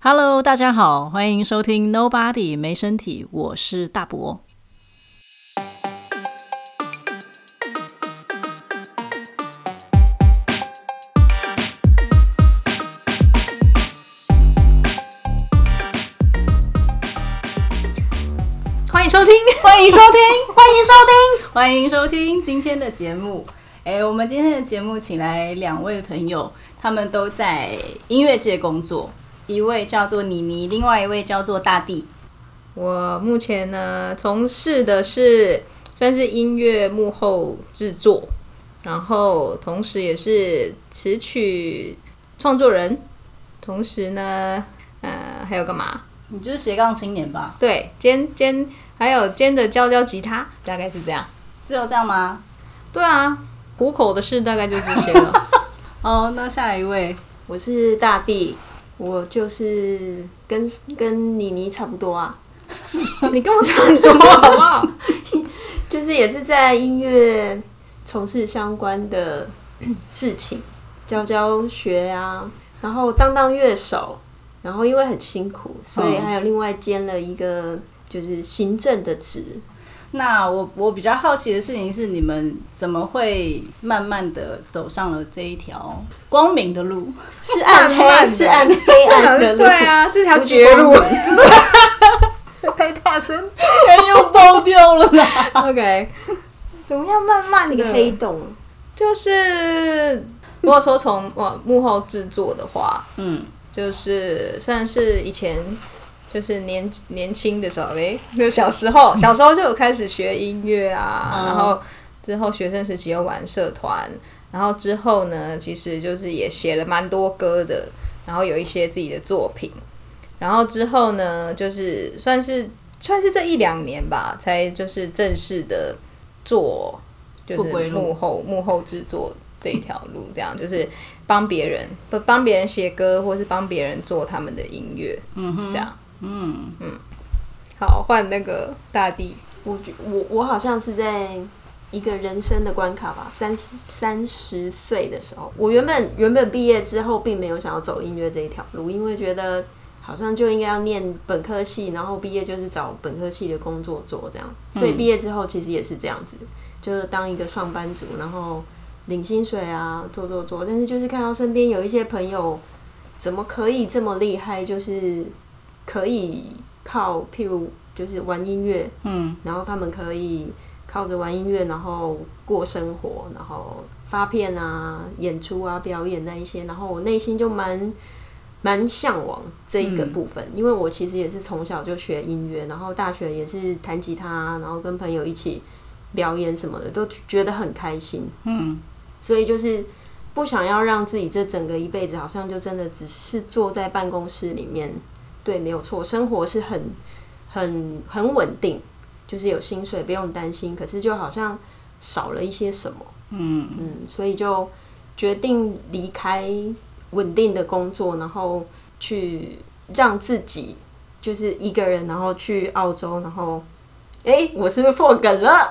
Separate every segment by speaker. Speaker 1: Hello，大家好，欢迎收听 Nobody 没身体，我是大伯。欢迎收听， 欢迎收听， 欢迎收听，欢迎收听今天的节目。哎，我们今天的节目请来两位朋友，他们都在音乐界工作，一位叫做妮妮，另外一位叫做大地。
Speaker 2: 我目前呢从事的是算是音乐幕后制作，然后同时也是词曲创作人，同时呢，呃，还有干嘛？
Speaker 1: 你就是斜杠青年吧？
Speaker 2: 对，兼兼还有兼着教教吉他，大概是这样。
Speaker 1: 只有这样吗？
Speaker 2: 对啊，虎口的事大概就这些了。
Speaker 1: 哦，那下一位，
Speaker 3: 我是大地，我就是跟跟妮妮差不多啊，
Speaker 2: 你跟我差很多，好不好？
Speaker 3: 就是也是在音乐从事相关的 事情，教教学啊，然后当当乐手，然后因为很辛苦，所以
Speaker 1: 嗯
Speaker 3: 还有另外兼了一个就是行政的 职。
Speaker 1: 那我我比较好奇的事情是，你们怎么会慢慢的走上了这一条光明的路？
Speaker 3: 是暗
Speaker 2: 慢慢
Speaker 3: 黑，
Speaker 2: 的
Speaker 3: 是暗黑暗的路，
Speaker 2: 对啊，这 条
Speaker 3: 不是
Speaker 2: 绝路
Speaker 3: 光。
Speaker 2: 太大声。
Speaker 1: 哎， 又爆掉了啦！
Speaker 2: OK，怎么样慢慢的
Speaker 3: 是一个黑洞。
Speaker 2: 就是如果说从我幕后制作的话，
Speaker 1: 嗯，
Speaker 2: 就是算是以前就是年年轻的时候呗，就小时 候小时候就有开始学音乐啊，
Speaker 1: 嗯
Speaker 2: 然后之后学生时期又玩社团，然后之后呢，其实就是也写了蛮多歌的，然后有一些自己的作品，然后之后呢，就是算是算是这一两年吧，才就是正式的做就
Speaker 1: 不归
Speaker 2: 是
Speaker 1: 路
Speaker 2: 幕后幕后制作这一条路，这样就是帮别人不帮别人写歌，或是帮别人做他们的音乐，嗯哼，这样，
Speaker 1: 嗯
Speaker 2: 嗯，好，换那个大地，
Speaker 3: 我觉我我好像是在一个人生的关卡吧，三十三十岁的时候，我原本原本毕业之后并没有想要走音乐这一条路，因为觉得好像就应该要念本科系，然后毕业就是找本科系的工作做这样，所以毕业之后其实也是这样子，就是当一个上班族，然后领薪水啊，做做做，但是就是看到身边有一些朋友怎么可以这么厉害，就是可以靠譬如就是玩音乐。
Speaker 1: 嗯，
Speaker 3: 然后他们可以靠着玩音乐，然后过生活，然后发片啊、演出啊、表演那一些，然后我内心就蛮蛮向往这一
Speaker 2: 嗯
Speaker 3: 个部分，因为我其实也是从小就学音乐，然后大学也是弹吉他，然后跟朋友一起表演什么的，都觉得很开心。
Speaker 1: 嗯，
Speaker 3: 所以就是嗯不想要让自己这整个一辈子好像就真的只是坐在办公室里面，对，没有错，生活是很很很稳定，就是有薪水不用担心，可是就好像少了一些什么，
Speaker 1: 嗯
Speaker 3: 嗯，所以就决定离开稳定的工作，然后去让自己就是一个人，然后去澳洲，然后。哎、我是不是破梗了？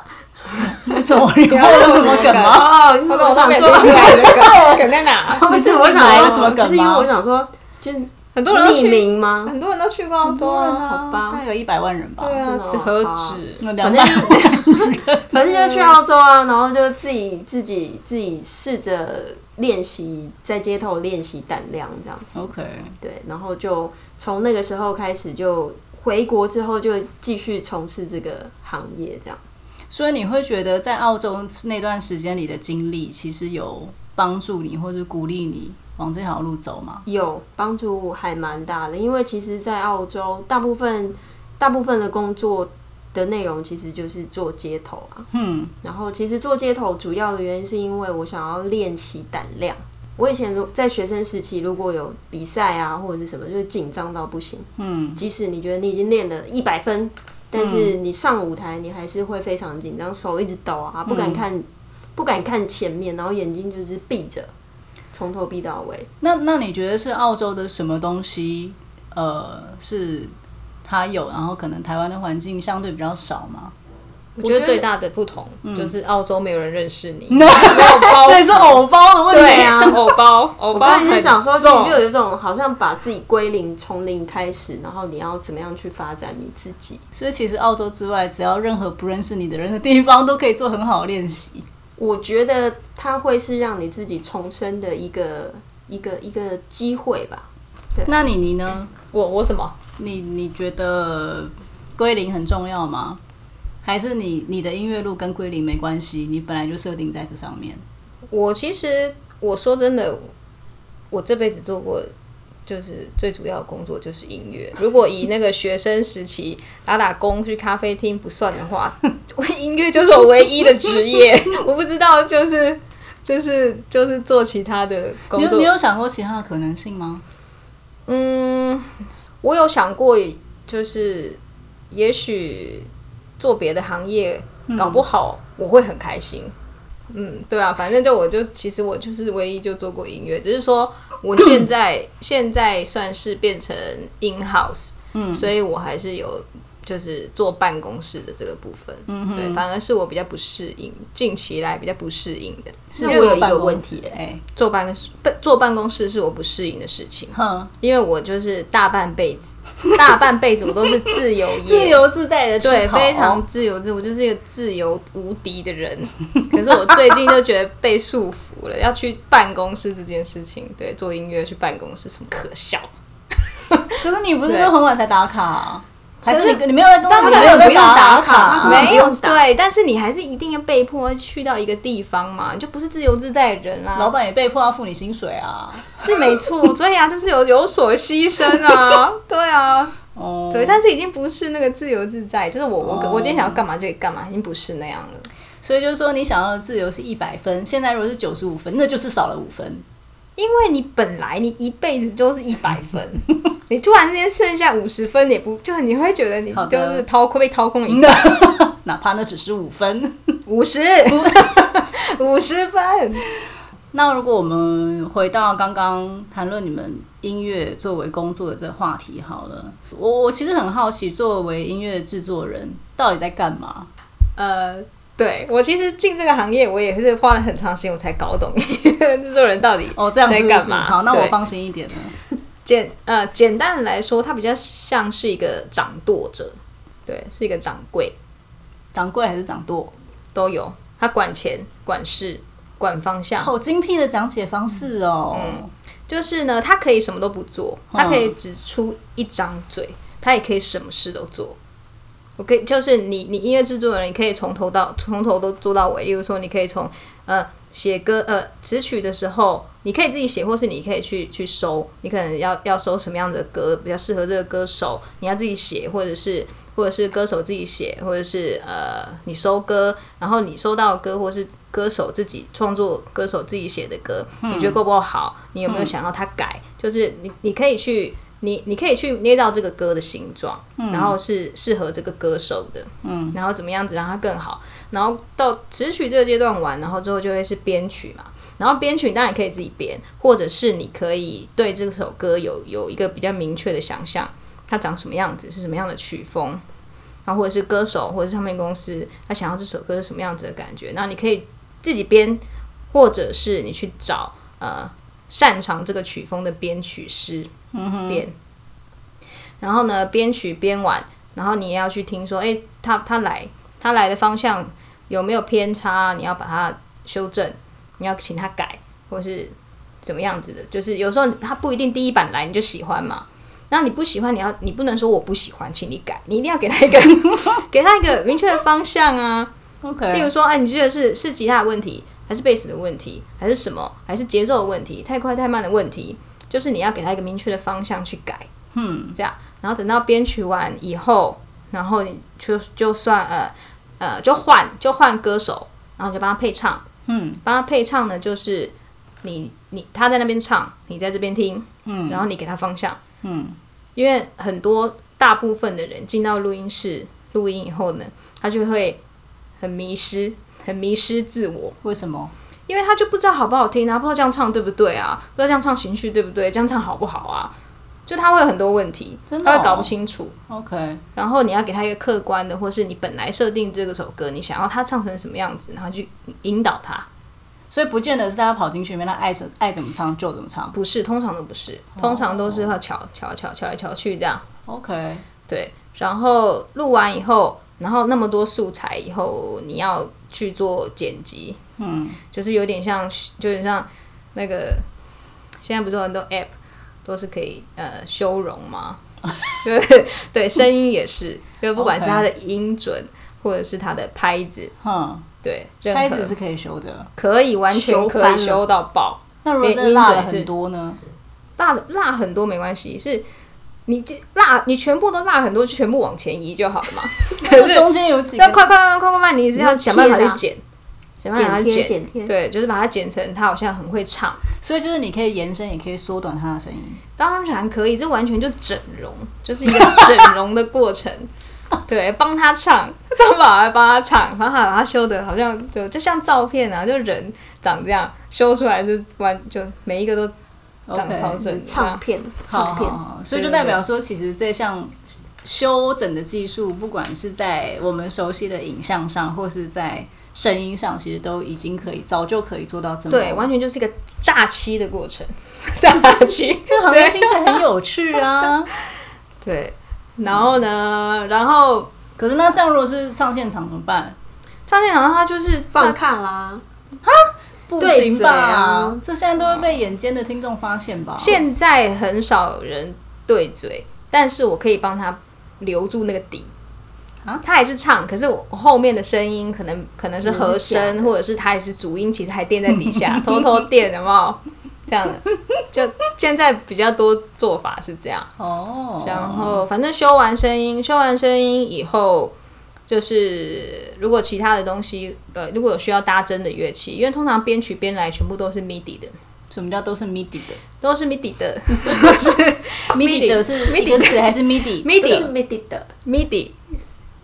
Speaker 1: 为什么？你后有什么梗啊吗？
Speaker 3: 哦，因为
Speaker 2: 我怎么
Speaker 3: 我
Speaker 2: 都
Speaker 3: 想
Speaker 2: 没有
Speaker 3: 说
Speaker 2: 听，出来这个梗在哪？
Speaker 3: 不是
Speaker 1: 你自己
Speaker 3: 我想
Speaker 1: 埋了
Speaker 3: 说
Speaker 1: 什么梗吗
Speaker 3: 不是因为我想说，就是
Speaker 2: 很多人都
Speaker 3: 匿
Speaker 2: 去，
Speaker 3: 名吗？
Speaker 2: 很多人都去过澳洲啊，
Speaker 3: 好吧
Speaker 1: 大概有一百万人吧。
Speaker 2: 对
Speaker 3: 真
Speaker 2: 啊，
Speaker 3: 的
Speaker 2: 吃
Speaker 3: 哦
Speaker 2: 何
Speaker 3: 好
Speaker 2: 止？
Speaker 1: 那两
Speaker 3: 反
Speaker 1: 百
Speaker 3: 正 就是，反正就去澳洲啊，然后就自己自己自己试着练习，在街头练习胆量这样子。
Speaker 1: OK，
Speaker 3: 对，然后就从那个时候开始，就回国之后就继续从事这个行业这样。
Speaker 1: 所以你会觉得在澳洲那段时间里的经历，其实有帮助你或者鼓励你往这条路走吗？
Speaker 3: 有帮助还蛮大的，因为其实，在澳洲大部分大部分的工作的内容其实就是做街头啊，
Speaker 1: 嗯
Speaker 3: 然后其实做街头主要的原因是因为我想要练习胆量。我以前如在学生时期，如果有比赛啊或者是什么，就是紧张到不行。
Speaker 1: 嗯
Speaker 3: 即使你觉得你已经练了一百分，但是你上舞台，你还是会非常紧张，手一直抖啊，不
Speaker 1: 嗯
Speaker 3: 敢看，不敢看前面，然后眼睛就是闭着，从头闭到尾。
Speaker 1: 那那你觉得是澳洲的什么东西？呃，是它有，然后可能台湾的环境相对比较少吗？
Speaker 2: 我觉
Speaker 3: 觉
Speaker 2: 得
Speaker 3: 得
Speaker 2: 最大的不同就是澳洲没有人认识你，
Speaker 1: 所以是偶包的问
Speaker 2: 对
Speaker 1: 题
Speaker 2: 啊，
Speaker 1: 啊。
Speaker 2: 是 偶包，偶
Speaker 3: 我
Speaker 2: 包
Speaker 3: 刚才
Speaker 2: 很
Speaker 3: 是想说，其
Speaker 2: 重
Speaker 3: 实就有一种好像把自己归零，从零开始，然后你要怎么样去发展你自己。
Speaker 1: 所以其实澳洲之外，只要任何不认识你的人的地方，都可以做很好的练习。
Speaker 3: 我觉得它会是让你自己重生的一个一个一个机会吧。
Speaker 1: 那你你呢？
Speaker 2: 我我什么？
Speaker 1: 你你觉得归零很重要吗？还是你你的音乐路跟归零没关系？你本来就设定在这上面。
Speaker 2: 我其实我说真的，我这辈子做过就是最主要的工作就是音乐。如果以那个学生时期打打工去咖啡厅不算的话， 我音乐就是我唯一的职业。 我不知道就是就是就是做其他的
Speaker 1: 你
Speaker 2: 工
Speaker 1: 有
Speaker 2: 作
Speaker 1: 你。有想过其他的可能性吗？
Speaker 2: 嗯，我有想过，就是也许做别的行业，搞不好我会很开心。嗯，对啊，反正就我就其实我就是唯一就做过音乐，只是说我现 在现在算是变成 in house，嗯，所以我还是有就是坐办公室的这个部分，嗯对，反而是我比较不适应，近期来比较不适应的
Speaker 1: 是
Speaker 3: 那
Speaker 1: 因为
Speaker 3: 我有一
Speaker 1: 办
Speaker 3: 个
Speaker 1: 公
Speaker 3: 问
Speaker 1: 室
Speaker 3: 题
Speaker 1: 哎，
Speaker 2: 坐办公室，坐办公室是我不适应的事情。
Speaker 1: 哼，
Speaker 2: 因为我就是大半辈子， 大半辈子我都是自由业，
Speaker 1: 自由自在的吃
Speaker 2: 对，
Speaker 1: 草
Speaker 2: 非常自由自，我就是一个自由无敌的人。 可是我最近就觉得被束缚了，要去办公室这件事情，对，做音乐去办公室什么可笑？
Speaker 1: 可是你不是
Speaker 2: 对
Speaker 1: 都很晚才打卡、啊？还是
Speaker 2: 可是
Speaker 1: 你你没有在工作，
Speaker 2: 当
Speaker 1: 你
Speaker 2: 然
Speaker 1: 没有
Speaker 2: 不
Speaker 1: 在
Speaker 2: 用
Speaker 1: 打
Speaker 2: 打
Speaker 1: 卡，啊
Speaker 3: 卡
Speaker 1: 没
Speaker 3: 没
Speaker 2: 没有
Speaker 3: 不用打
Speaker 2: 对，但是你还是一定要被迫去到一个地方嘛，你就不是自由自在的人啦、
Speaker 1: 老板也被迫要付你薪水啊。
Speaker 2: 是没错，所以啊，就是有有所牺牲 啊，对啊，
Speaker 1: 哦，
Speaker 2: 对，但是已经不是那个自由自在，就是我我我今天想要干嘛就可以干嘛，已经不是那样了。
Speaker 1: 所以就是说，你想要的自由是一百分，现在如果是九十五分，那就是少了五分。
Speaker 2: 因为你本来你一辈子就是一百 分，你突然之间剩下五十分，也不就你会觉得你
Speaker 1: 好
Speaker 2: 就
Speaker 1: 的
Speaker 2: 是掏空被掏空了一半，
Speaker 1: 哪怕那只是五分。
Speaker 2: 五 十五十分。
Speaker 1: 那如果我们回到刚刚谈论你们音乐作为工作的这个话题好了，我我其实很好奇，作为音乐制作人到底在干嘛？
Speaker 2: 呃，对我其实进这个行业，我也是花了很长时间我才搞懂 制作人到底
Speaker 1: 哦，这样子
Speaker 2: 在
Speaker 1: 是不是
Speaker 2: 干嘛。
Speaker 1: 好，那我
Speaker 2: 对
Speaker 1: 放心一点了。
Speaker 2: 简呃简单来说，他比较像是一个掌舵者，对，是一个掌柜。
Speaker 1: 掌柜还是掌舵？
Speaker 2: 都有，他管钱、管事、管方向，
Speaker 1: 好精辟的讲解方式哦。
Speaker 2: 嗯就是呢，他可以什么都不做，
Speaker 1: 嗯
Speaker 2: 他可以只出一张嘴，他也可以什么事都做。我可以，就是你，你音乐制作人，你可以从头到从头都做到尾。例如说，你可以从呃写歌呃词曲的时候，你可以自己写，或是你可以去去收，你可能要要收什么样的歌比较适合这个歌手，你要自己写，或者是或者是歌手自己写，或者是呃你收歌，然后你收到的歌或是歌手自己创作歌手自己写的歌，你觉得够不够好？你有没有想要他改？就是你你可以去。你你可以去捏到这个歌的形状，然后是适合这个歌手的，嗯，然后怎么样子让它更好，然后到词曲这个阶段完，然后之后就会是编曲嘛，然后编曲当然也可以自己编，或者是你可以对这首歌有有一个比较明确的想象，它长什么样子，是什么样的曲风，然后或者是歌手或者是唱片公司，他想要这首歌是什么样子的感觉，那你可以自己编，或者是你去找呃擅长这个曲风的编曲师，嗯编，然后呢编曲编完，然后你也要去听说，诶，他他来他来的方向有没有偏差，你要把它修正，你要请他改，或是怎么样子的，就是有时候他不一定第一版来你就喜欢嘛。那你不喜欢，你要你不能说我不喜欢，请你改，你一定要给他一个 给他一个明确的方向啊。例
Speaker 1: OK，
Speaker 2: 如说，哎，你觉得是是吉他的问题，还是贝斯的问题，还是什么，还是节奏的问题，太快太慢的问题，就是你要给他一个明确的方向去改，嗯，这样，然后等到编曲完以后，然后你就就算呃呃就换就换歌手，然后你就帮他配唱，嗯，帮他配唱呢就是你你他在那边唱，你在这边听，嗯，然后你给他方向，嗯，因为很多大部分的人进到录音室录音以后呢，他就会。很迷失，很迷失自我，
Speaker 1: 为什么？
Speaker 2: 因为他就不知道好不好听啊，不知道这样唱对不对啊，不知道这样唱情绪对不对，这样唱好不好啊，就他会有很多问题，
Speaker 1: 真的
Speaker 2: 他
Speaker 1: 哦
Speaker 2: 会搞不清楚。
Speaker 1: OK，
Speaker 2: 然后你要给他一个客观的，或是你本来设定这个首歌，你想要他唱成什么样子，然后去引导他。
Speaker 1: 所以不见得是大家跑进去里面，他爱怎爱怎么唱就怎么唱。
Speaker 2: 不是，通常都不是，通常都是要瞧瞧瞧瞧来瞧去这样。
Speaker 1: OK，
Speaker 2: 对，然后录完以后，然后那么多素材以后，你要去做剪辑，
Speaker 1: 嗯，
Speaker 2: 就是有点像，就有点像那个现在不是有很多 app 都是可以呃修容 嘛，对对，声音也是，就不管是它的音准或者是它的拍子，
Speaker 1: 哼，
Speaker 2: 对，任
Speaker 1: 拍
Speaker 2: 何
Speaker 1: 子是可以修的。
Speaker 2: 可以完全
Speaker 3: 修
Speaker 2: 可
Speaker 3: 翻
Speaker 2: 以
Speaker 3: 了
Speaker 2: 修到爆，
Speaker 1: 那如果
Speaker 2: 连
Speaker 1: 真的
Speaker 2: 音
Speaker 1: 辣
Speaker 2: 准
Speaker 1: 了
Speaker 2: 是
Speaker 1: 很多 呢？
Speaker 2: 辣的辣很多没关系，是。你就辣，你全部都辣很多，就全部往前移就好了 嘛。
Speaker 1: 可是中间有几
Speaker 2: 那
Speaker 1: 个
Speaker 2: 快快慢快快慢，你是要想办法去剪，啊想办法
Speaker 3: 剪
Speaker 2: 去
Speaker 3: 贴
Speaker 2: 剪，
Speaker 3: 剪贴，
Speaker 2: 对，就是把它剪成他好像很会唱，
Speaker 1: 所以就是你可以延伸，也可以缩短它的声音。
Speaker 2: 当然可以，这完全就整容，就是一个整容的过 程。对，帮他唱，都把他帮他唱，然后把他修的好像就就像照片啊，就人长这样，修出来就完就每一个都长
Speaker 1: OK，
Speaker 2: 超正的，
Speaker 3: 唱片
Speaker 1: 好
Speaker 3: 唱
Speaker 1: 好
Speaker 3: 片，
Speaker 1: 好，所以就代表说，其实这项修整的技术，不管是在我们熟悉的影像上，或是在声音上，其实都已经可以早就可以做到这么
Speaker 2: 对，完全就是一个诈欺的过程，诈欺，
Speaker 1: 这好像听起来很有趣啊。
Speaker 2: 对。然后呢，然后
Speaker 1: 可是那这样如果是上现场怎么办？
Speaker 2: 唱片场他就是
Speaker 3: 放卡啦，
Speaker 1: 不
Speaker 3: 对
Speaker 1: 行
Speaker 3: 嘴
Speaker 1: 吧？
Speaker 3: 啊
Speaker 1: 这现在都会被眼尖的听众发现吧？
Speaker 2: 现在很少人对嘴，但是我可以帮他留住那个底。
Speaker 1: 啊
Speaker 2: 他还是唱，可是我后面的声音可能可能是和
Speaker 3: 也是假
Speaker 2: 声，或者是他也是主音，其实还垫在底下，偷偷垫，有没有？这样的，就现在比较多做法是这样。
Speaker 1: 哦，
Speaker 2: 然后反正修完声音，修完声音以后，就是如果其他的东西，呃，如果有需要搭真的乐器，因为通常编曲编来全部都是 MIDI 的，
Speaker 1: 什么叫都是 MIDI 的
Speaker 2: 都是 MIDI 的。
Speaker 1: ？MIDI 的是
Speaker 2: MIDI
Speaker 1: 一个词还是 MIDI？
Speaker 3: 都
Speaker 2: MIDI
Speaker 3: 是 MIDI 的，
Speaker 2: MIDI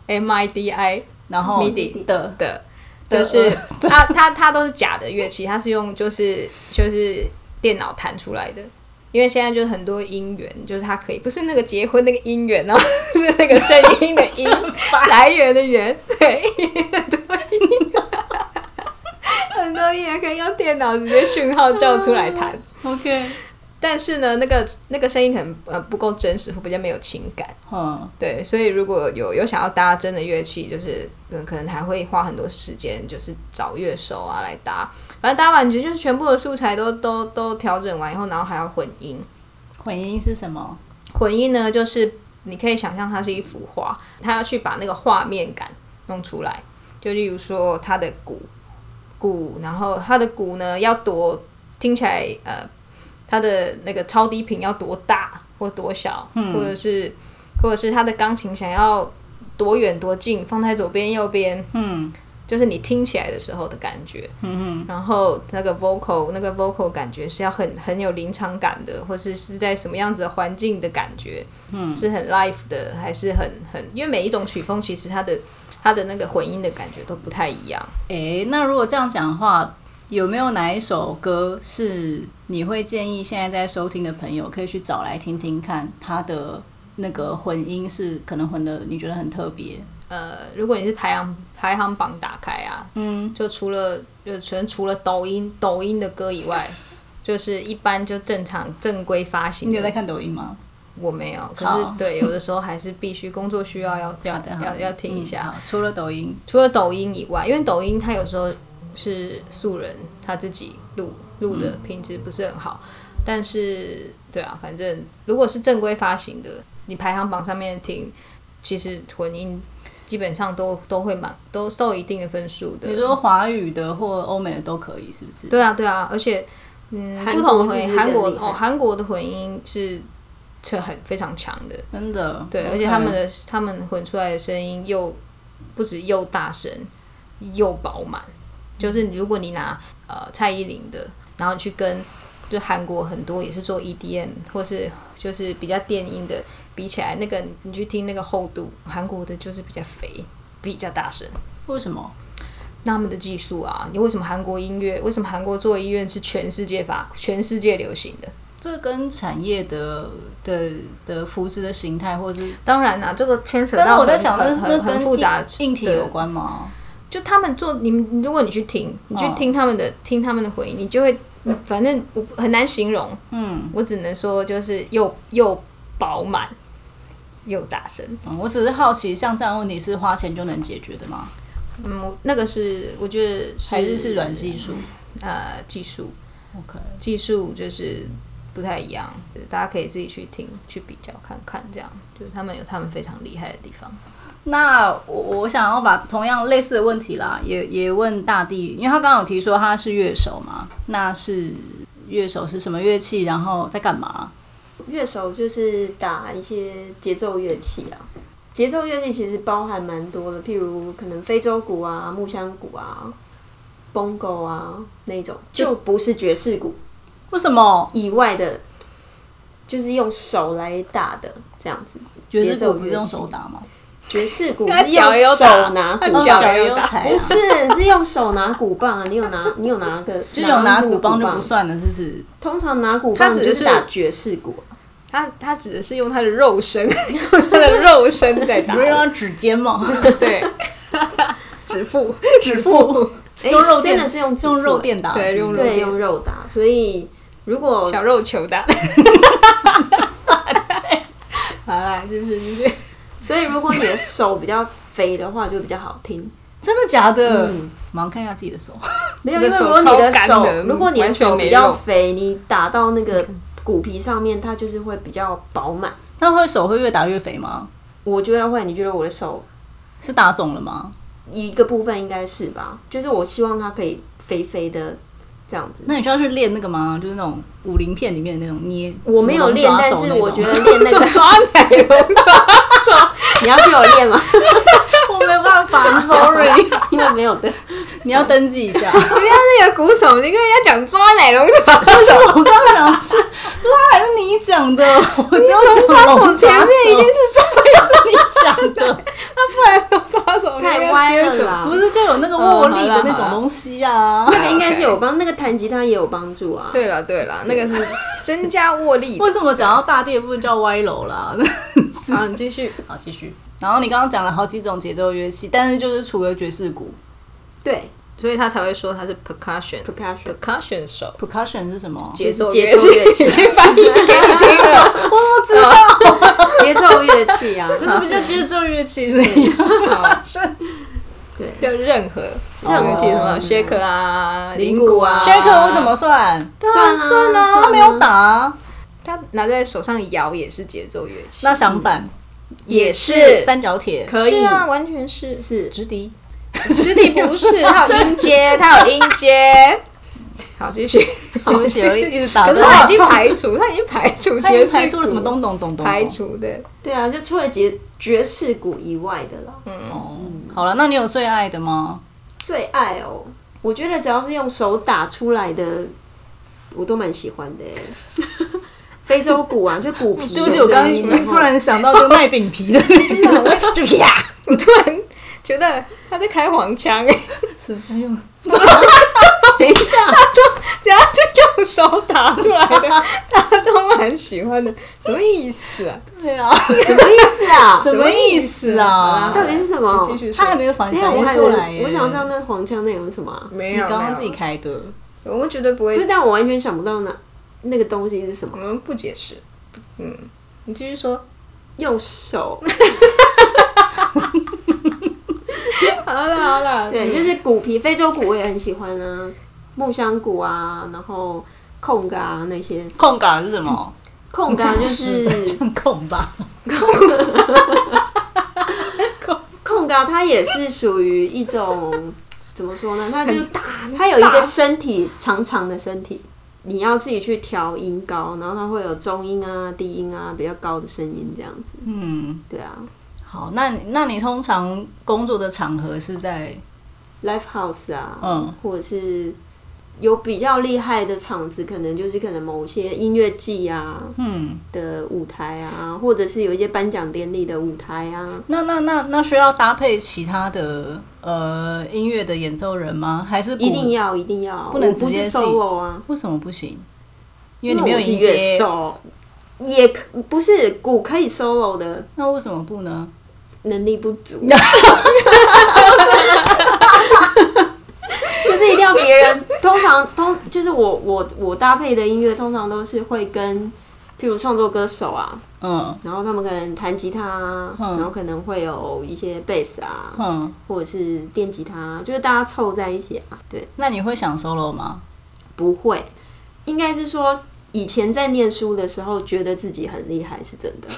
Speaker 2: M I D I
Speaker 1: 然后
Speaker 2: MIDI
Speaker 1: 的
Speaker 2: 的，
Speaker 1: 的
Speaker 2: 就是 它它它都是假的乐器，它是用就是就是电脑弹出来的。因为现在就是很多音源，就是它可以不是那个结婚那个姻缘哦， 是那个声音的音 来源的源，对， 很多音源可以用电脑直接讯号叫出来弹。
Speaker 1: OK，
Speaker 2: 但是呢，那个那个声音可能呃不够真实，或比较没有情感。
Speaker 1: 嗯，
Speaker 2: 对，所以如果有有想要搭真的乐器，就是嗯，可能还会花很多时间，就是找乐手啊来搭。反正搭完，你就是全部的素材都都都调整完以后，然后还要混音。
Speaker 1: 混音是什么？
Speaker 2: 混音呢，就是你可以想象它是一幅画，它要去把那个画面感弄出来。就例如说它的鼓，鼓，然后它的鼓呢要多听起来，呃，它的那个超低频要多大或多小，或者是或者是它的钢琴想要多远多近，放在左边右边，
Speaker 1: 嗯
Speaker 2: 就是你听起来的时候的感觉。
Speaker 1: 嗯
Speaker 2: 然后那个 vocal 那个 vocal 感觉是要很很有临场感的，或是是在什么样子的环境的感觉，嗯，是很 live 的，还是很很，因为每一种曲风其实它的它的那个混音的感觉都不太一样。
Speaker 1: 哼，诶，那如果这样讲的话，有没有哪一首歌是你会建议现在在收听的朋友可以去找来听听看，它的那个混音是可能混的你觉得很特别？
Speaker 2: 呃，如果你是排行排行榜打开啊，
Speaker 1: 嗯，
Speaker 2: 就除了就全除了抖音抖音的歌以外，就是一般就正常正规发行
Speaker 1: 你有在
Speaker 2: 的，
Speaker 1: 看抖音吗？
Speaker 2: 我没有，可
Speaker 1: 好
Speaker 2: 是对有的时候还是必须工作需要要要
Speaker 1: 好的好
Speaker 2: 要
Speaker 1: 的
Speaker 2: 要听一下。
Speaker 1: 嗯好除了抖音，
Speaker 2: 除了抖音以外，因为抖音它有时候是素人他自己录录的品质不是很好，但是对啊，反正如果是正规发行的，你排行榜上面听，其实混音基本上都都会满都都有一定的分数的
Speaker 1: 你。说华语的或欧美的都可以，是不是？
Speaker 2: 对啊，对啊，而且嗯，
Speaker 3: 韩
Speaker 2: 不
Speaker 3: 国
Speaker 2: 同
Speaker 3: 是不是
Speaker 2: 混
Speaker 3: 更
Speaker 2: 韩国
Speaker 3: 厉害
Speaker 2: 哦，韩国的混音是是很非常强的，
Speaker 1: 真的，
Speaker 2: 对，嗯
Speaker 1: OK
Speaker 2: 而且他们
Speaker 1: 嗯
Speaker 2: 的他们混出来的声音又不止又大声又饱满，就是如果你拿呃蔡依林的，然后你去跟就韩国很多也是做 EDM 或是就是比较电音的比起来，那个你去听那个厚度，韩国的就是比较肥，比较大声。
Speaker 1: 为什么？
Speaker 2: 那他们的技术啊，你为什么韩国音乐，为什么韩国做音乐是全世界发全世界流行的？
Speaker 1: 这跟产业的的的扶持的形态，或者是，
Speaker 2: 当然啊啦，这个牵扯
Speaker 1: 但是
Speaker 2: 到
Speaker 1: 我在
Speaker 2: 很
Speaker 1: 想，那
Speaker 2: 很
Speaker 1: 那
Speaker 2: 很
Speaker 1: 跟
Speaker 2: 很复杂
Speaker 1: 硬硬体
Speaker 2: 的
Speaker 1: 有关吗？
Speaker 2: 就他们做，你们如果你去听，你去
Speaker 1: 哦
Speaker 2: 听他们的、听他们的回应，你就会，嗯反正我很难形容，
Speaker 1: 嗯，
Speaker 2: 我只能说就是又又饱满又大声。
Speaker 1: 嗯我只是好奇，像这样的问题是花钱就能解决的吗？
Speaker 2: 嗯，我那个是我觉得是
Speaker 1: 还是是软技术
Speaker 2: 呃技术
Speaker 1: ？OK，
Speaker 2: 技术就是不太一样，对大家可以自己去听去比较看看，这样就是他们有他们非常厉害的地方。
Speaker 1: 那我我想要把同样类似的问题啦，也也问大地，因为他刚刚有提说他是乐手嘛，那是乐手是什么乐器，然后在干嘛？
Speaker 3: 乐手就是打一些节奏乐器啊，节奏乐器其实包含蛮多的，譬如可能非洲鼓啊、木箱鼓啊、bongo 啊那种，就不是爵士鼓
Speaker 1: 为什么
Speaker 3: 以外的，就是用手来打的这样子。
Speaker 1: 爵
Speaker 3: 节
Speaker 1: 士
Speaker 3: 奏
Speaker 1: 鼓不是
Speaker 3: 乐
Speaker 1: 用
Speaker 3: 器
Speaker 1: 手打吗？
Speaker 3: 爵 士鼓
Speaker 2: 他
Speaker 3: 是
Speaker 2: 脚也有
Speaker 3: 用
Speaker 2: 打
Speaker 3: 手拿鼓
Speaker 2: 他
Speaker 1: 哦
Speaker 3: 棒，
Speaker 2: 脚
Speaker 1: 脚也
Speaker 2: 也有
Speaker 1: 有
Speaker 2: 打
Speaker 1: 踩啊，
Speaker 3: 不是是用手拿鼓棒啊？你有拿你有拿个
Speaker 1: 就是有拿
Speaker 3: 那个
Speaker 1: 鼓
Speaker 3: 鼓
Speaker 1: 棒就不。算了，是不是？
Speaker 3: 通常拿鼓
Speaker 2: 他
Speaker 3: 棒
Speaker 2: 只
Speaker 3: 就是是打爵士鼓啊，
Speaker 2: 他他指的是用他的肉身， 用他的肉身在打
Speaker 1: 不，是用指尖吗？
Speaker 2: 对，指腹指
Speaker 1: 腹，
Speaker 3: 哎
Speaker 1: 用肉
Speaker 3: 真
Speaker 1: 垫
Speaker 3: 的是用指
Speaker 1: 用
Speaker 3: 腹
Speaker 1: 肉
Speaker 3: 哎
Speaker 1: 垫打，
Speaker 2: 对用肉
Speaker 1: 是不是
Speaker 3: 对，用肉打。所以如果
Speaker 2: 小肉球打。 好啦，就是就是，
Speaker 3: 所以如果你的手比较肥的话，就会比较好 听。
Speaker 1: 真的假的？
Speaker 3: 嗯，
Speaker 1: 马上看一下自己的手，
Speaker 3: 没有，
Speaker 2: 你
Speaker 3: 因
Speaker 2: 的
Speaker 3: 为
Speaker 2: 手
Speaker 3: 如果你的
Speaker 2: 超
Speaker 3: 手
Speaker 2: 干的，
Speaker 3: 如果你
Speaker 2: 完
Speaker 3: 的
Speaker 2: 全
Speaker 3: 手
Speaker 2: 没
Speaker 3: 比较
Speaker 2: 肉嗯
Speaker 3: 肥，你打到那个骨皮上面，它就是会比较饱满。
Speaker 1: 那会手会越打越肥吗？
Speaker 3: 我觉得会，你觉得我的手
Speaker 1: 是打肿了吗？
Speaker 3: 一个部分应该是吧？就是我希望它可以肥肥的这样子。
Speaker 1: 那你需要去练那个吗？就是那种武林片里面的那种捏，
Speaker 3: 我没有练，但
Speaker 1: 什么
Speaker 3: 是
Speaker 1: 龙爪手那种
Speaker 3: 我觉得练那
Speaker 2: 就
Speaker 3: 个，
Speaker 2: 抓奶龙 爪抓，
Speaker 3: 你要给我练吗？
Speaker 1: 我没有办法，sorry，
Speaker 3: 因为没 有
Speaker 2: 啊
Speaker 3: 的，
Speaker 1: 你要登记一下。
Speaker 2: 人家那个鼓手，你跟人家讲抓奶龙爪 手，
Speaker 1: 我刚刚想的是，那还是你讲的，我只有讲
Speaker 2: 龙爪
Speaker 1: 龙
Speaker 2: 手前面一定
Speaker 1: 手
Speaker 2: 是抓
Speaker 1: 你讲 的，
Speaker 2: 不然龙爪手
Speaker 3: 太歪了
Speaker 2: 了。
Speaker 3: 啦。
Speaker 1: 不是就有那个握力的那
Speaker 2: 嗯好啦好
Speaker 1: 种
Speaker 2: 啦
Speaker 1: 东西啊？
Speaker 3: 那个应该是有帮，那个弹吉他也有帮助啊。
Speaker 2: 对了对了，那个是增加握 力的。
Speaker 1: 为什么讲到大地的部分叫歪楼啦？
Speaker 2: 好，你继续。
Speaker 1: 好，继续。然后你刚刚讲了好几种节奏乐器，但是就是除了爵士鼓
Speaker 3: 对
Speaker 2: 所以他才会说他是 percussion
Speaker 3: ，percussion
Speaker 2: percussion 手，
Speaker 1: ，percussion 是什么？
Speaker 2: 节奏
Speaker 3: 节奏
Speaker 2: 乐
Speaker 3: 乐
Speaker 2: 器，
Speaker 3: 器
Speaker 2: 已经翻译给你听了。
Speaker 3: 节奏乐器啊，
Speaker 1: 哦这是不是叫节奏乐器是 一样？
Speaker 2: 好
Speaker 3: 对。
Speaker 2: 就任何任何器什么 shaker 啊、
Speaker 3: 铃
Speaker 2: 铃鼓
Speaker 3: 鼓
Speaker 2: 啊
Speaker 3: 啊
Speaker 1: shaker 为什么算？
Speaker 3: 算啊
Speaker 1: 算啊，他没有打。
Speaker 2: 他拿在手上摇也是节奏乐器，
Speaker 1: 那响板
Speaker 2: 也
Speaker 1: 是三角铁，
Speaker 3: 可以
Speaker 2: 是啊，完全是
Speaker 3: 是
Speaker 1: 直笛。
Speaker 2: 实体不是，它有音阶，它有音阶。好，继续。
Speaker 1: 对不起，我一直打
Speaker 2: 可
Speaker 1: 断。
Speaker 2: 是他已经排除，他已经排除
Speaker 1: 他已
Speaker 2: 爵
Speaker 1: 经
Speaker 2: 士
Speaker 1: 排
Speaker 2: 鼓
Speaker 1: 除了什么东东东东？
Speaker 2: 排除对，
Speaker 3: 对啊，就除了爵爵士鼓以外的啦，
Speaker 1: 哦。好了，那你有最爱的吗？
Speaker 3: 最爱哦，我觉得只要是用手打出来的，我都蛮喜欢的耶。 非洲鼓啊，就鼓皮 的
Speaker 1: 对
Speaker 3: 声音，
Speaker 1: 不起，我刚刚突然想到这个卖饼皮 的那个，
Speaker 2: 就啪！我突然觉得他在开黄腔，
Speaker 1: 什么用？
Speaker 3: 等一下，
Speaker 2: 只要是用手打出来的，大家都蛮喜欢的。什么意思啊？
Speaker 1: 对啊，
Speaker 3: 什么意思 啊？
Speaker 1: 什么意思啊？
Speaker 3: 到底是什么？
Speaker 2: 继续说
Speaker 1: 他还没有反
Speaker 3: 等
Speaker 1: 应
Speaker 3: 一下，我还
Speaker 1: 过来耶。
Speaker 3: 我想知道那黄腔那有什么啊？
Speaker 2: 没
Speaker 1: 你刚刚自己，开的，
Speaker 2: 我们绝对不
Speaker 3: 就
Speaker 2: 会，
Speaker 3: 但我完全想不到那那个东西是什
Speaker 2: 我
Speaker 3: 么。
Speaker 2: 们不解释。嗯，你继续说。
Speaker 3: 用 手，
Speaker 2: 好了好了，
Speaker 3: 对，就是鼓皮，非洲鼓我也很喜欢啊，木香鼓啊，然后控嘎、啊、那些，
Speaker 1: 空港是什么？
Speaker 3: 控嘎就是
Speaker 1: 像空吧。
Speaker 3: 控嘎，它也是属于一种怎么说呢？它就是
Speaker 2: 很大
Speaker 3: 它有一个身体长长的身体，你要自己去调音高，然后它会有中音啊、低音啊，比较高的声音这样子。
Speaker 1: 嗯，
Speaker 3: 对啊
Speaker 1: 好，那你那你通常工作的场合是在
Speaker 3: ，live house 啊，
Speaker 1: 嗯
Speaker 3: 或者是有比较厉害的场子，可能就是可能某些音乐季啊
Speaker 1: 嗯，
Speaker 3: 的舞台啊，或者是有一些颁奖典礼的舞台啊。
Speaker 1: 那那那那需要搭配其他的呃音乐的演奏人吗？还是鼓
Speaker 3: 一定要，一定要，
Speaker 1: 不能
Speaker 3: 我不
Speaker 1: 直接
Speaker 3: 是
Speaker 1: 自己
Speaker 3: solo 啊，
Speaker 1: 为什么不行？因为你没有
Speaker 3: 我是
Speaker 1: 迎
Speaker 3: 乐
Speaker 1: 接，
Speaker 3: 手，也可不是鼓可以 solo 的
Speaker 1: 那为什么不呢？
Speaker 3: 能力不 足，就是一定要别人。通常通就是我我我搭配的音乐，通常都是会跟，譬如创作歌手啊，
Speaker 1: 嗯
Speaker 3: 然后他们可能弹吉他啊，
Speaker 1: 嗯
Speaker 3: 然后可能会有一些贝斯啊，
Speaker 1: 嗯，
Speaker 3: 或者是电吉他，啊就是大家凑在一起啊。对，
Speaker 1: 那你会想 solo 吗？
Speaker 3: 不会，应该是说以前在念书的时候，觉得自己很厉害是真的。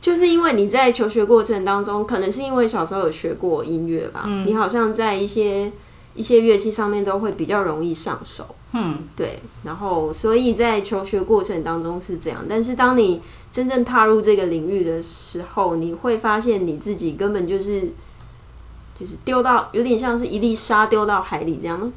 Speaker 3: 就是因为你在求学过程当中，可能是因为小时候有学过音乐吧，你好像在一些一些乐器上面都会比较容易上手。
Speaker 1: 嗯，
Speaker 3: 对，然后所以在求学过程当中是这样，但是当你真正踏入这个领域的时候，你会发现你自己根本就是就是丢到有点像是一粒沙丢到海里这样，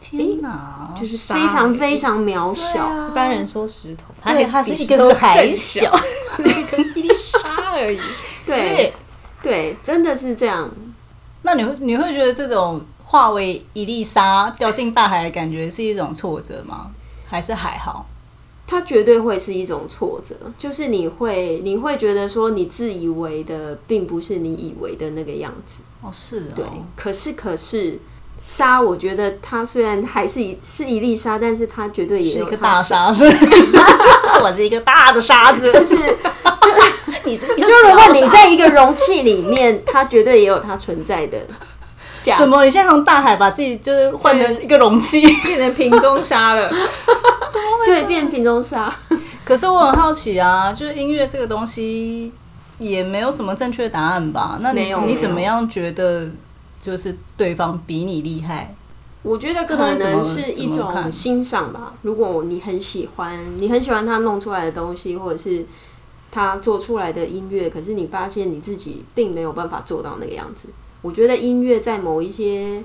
Speaker 1: 天哪，就
Speaker 3: 就是非常非常渺
Speaker 1: 啊
Speaker 3: 小。
Speaker 2: 一般人说石头，它
Speaker 1: 对，
Speaker 2: 还
Speaker 1: 它是
Speaker 2: 比
Speaker 1: 一
Speaker 2: 石
Speaker 1: 个
Speaker 2: 头
Speaker 1: 是海
Speaker 2: 更
Speaker 1: 小，
Speaker 2: 小， 一粒沙而已。
Speaker 3: 对对，真的是这样。
Speaker 1: 那你会你会觉得这种化为一粒沙掉进大海的感觉是一种挫折吗？还是还好？
Speaker 3: 它绝对会是一种挫折，就是你会你会觉得说你自以为的并不是你以为的那个样子。
Speaker 1: 哦，是哦，
Speaker 3: 对，可是可是沙，我觉得它虽然还是一是一粒沙，但是它绝对也
Speaker 1: 是一
Speaker 3: 有
Speaker 1: 个
Speaker 3: 它
Speaker 1: 大
Speaker 3: 的
Speaker 1: 沙是，我是一个大的沙 子，
Speaker 3: 但是
Speaker 1: 你就
Speaker 3: 就如果你在一个容器 里面，它绝对也有它存在的价值。
Speaker 1: 什么，你现在从大海把自己就是换成一个容器。
Speaker 2: 变成瓶中沙了，
Speaker 3: 对，变瓶中沙。
Speaker 1: 可是我很好奇啊，就是音乐这个东西也没有什么正确答案吧？那
Speaker 3: 没
Speaker 1: 你
Speaker 3: 有
Speaker 1: 你
Speaker 3: 没
Speaker 1: 怎么
Speaker 3: 有
Speaker 1: 样觉得就是对方比你厉害？
Speaker 3: 我觉得可
Speaker 1: 东西怎么
Speaker 3: 能是一
Speaker 1: 怎么
Speaker 3: 种
Speaker 1: 看
Speaker 3: 欣赏吧。如果你很喜欢，你很喜欢他弄出来的东西，或者是他做出来的音乐，可是你发现你自己并没有办法做到那个样子。我觉得音乐在某一些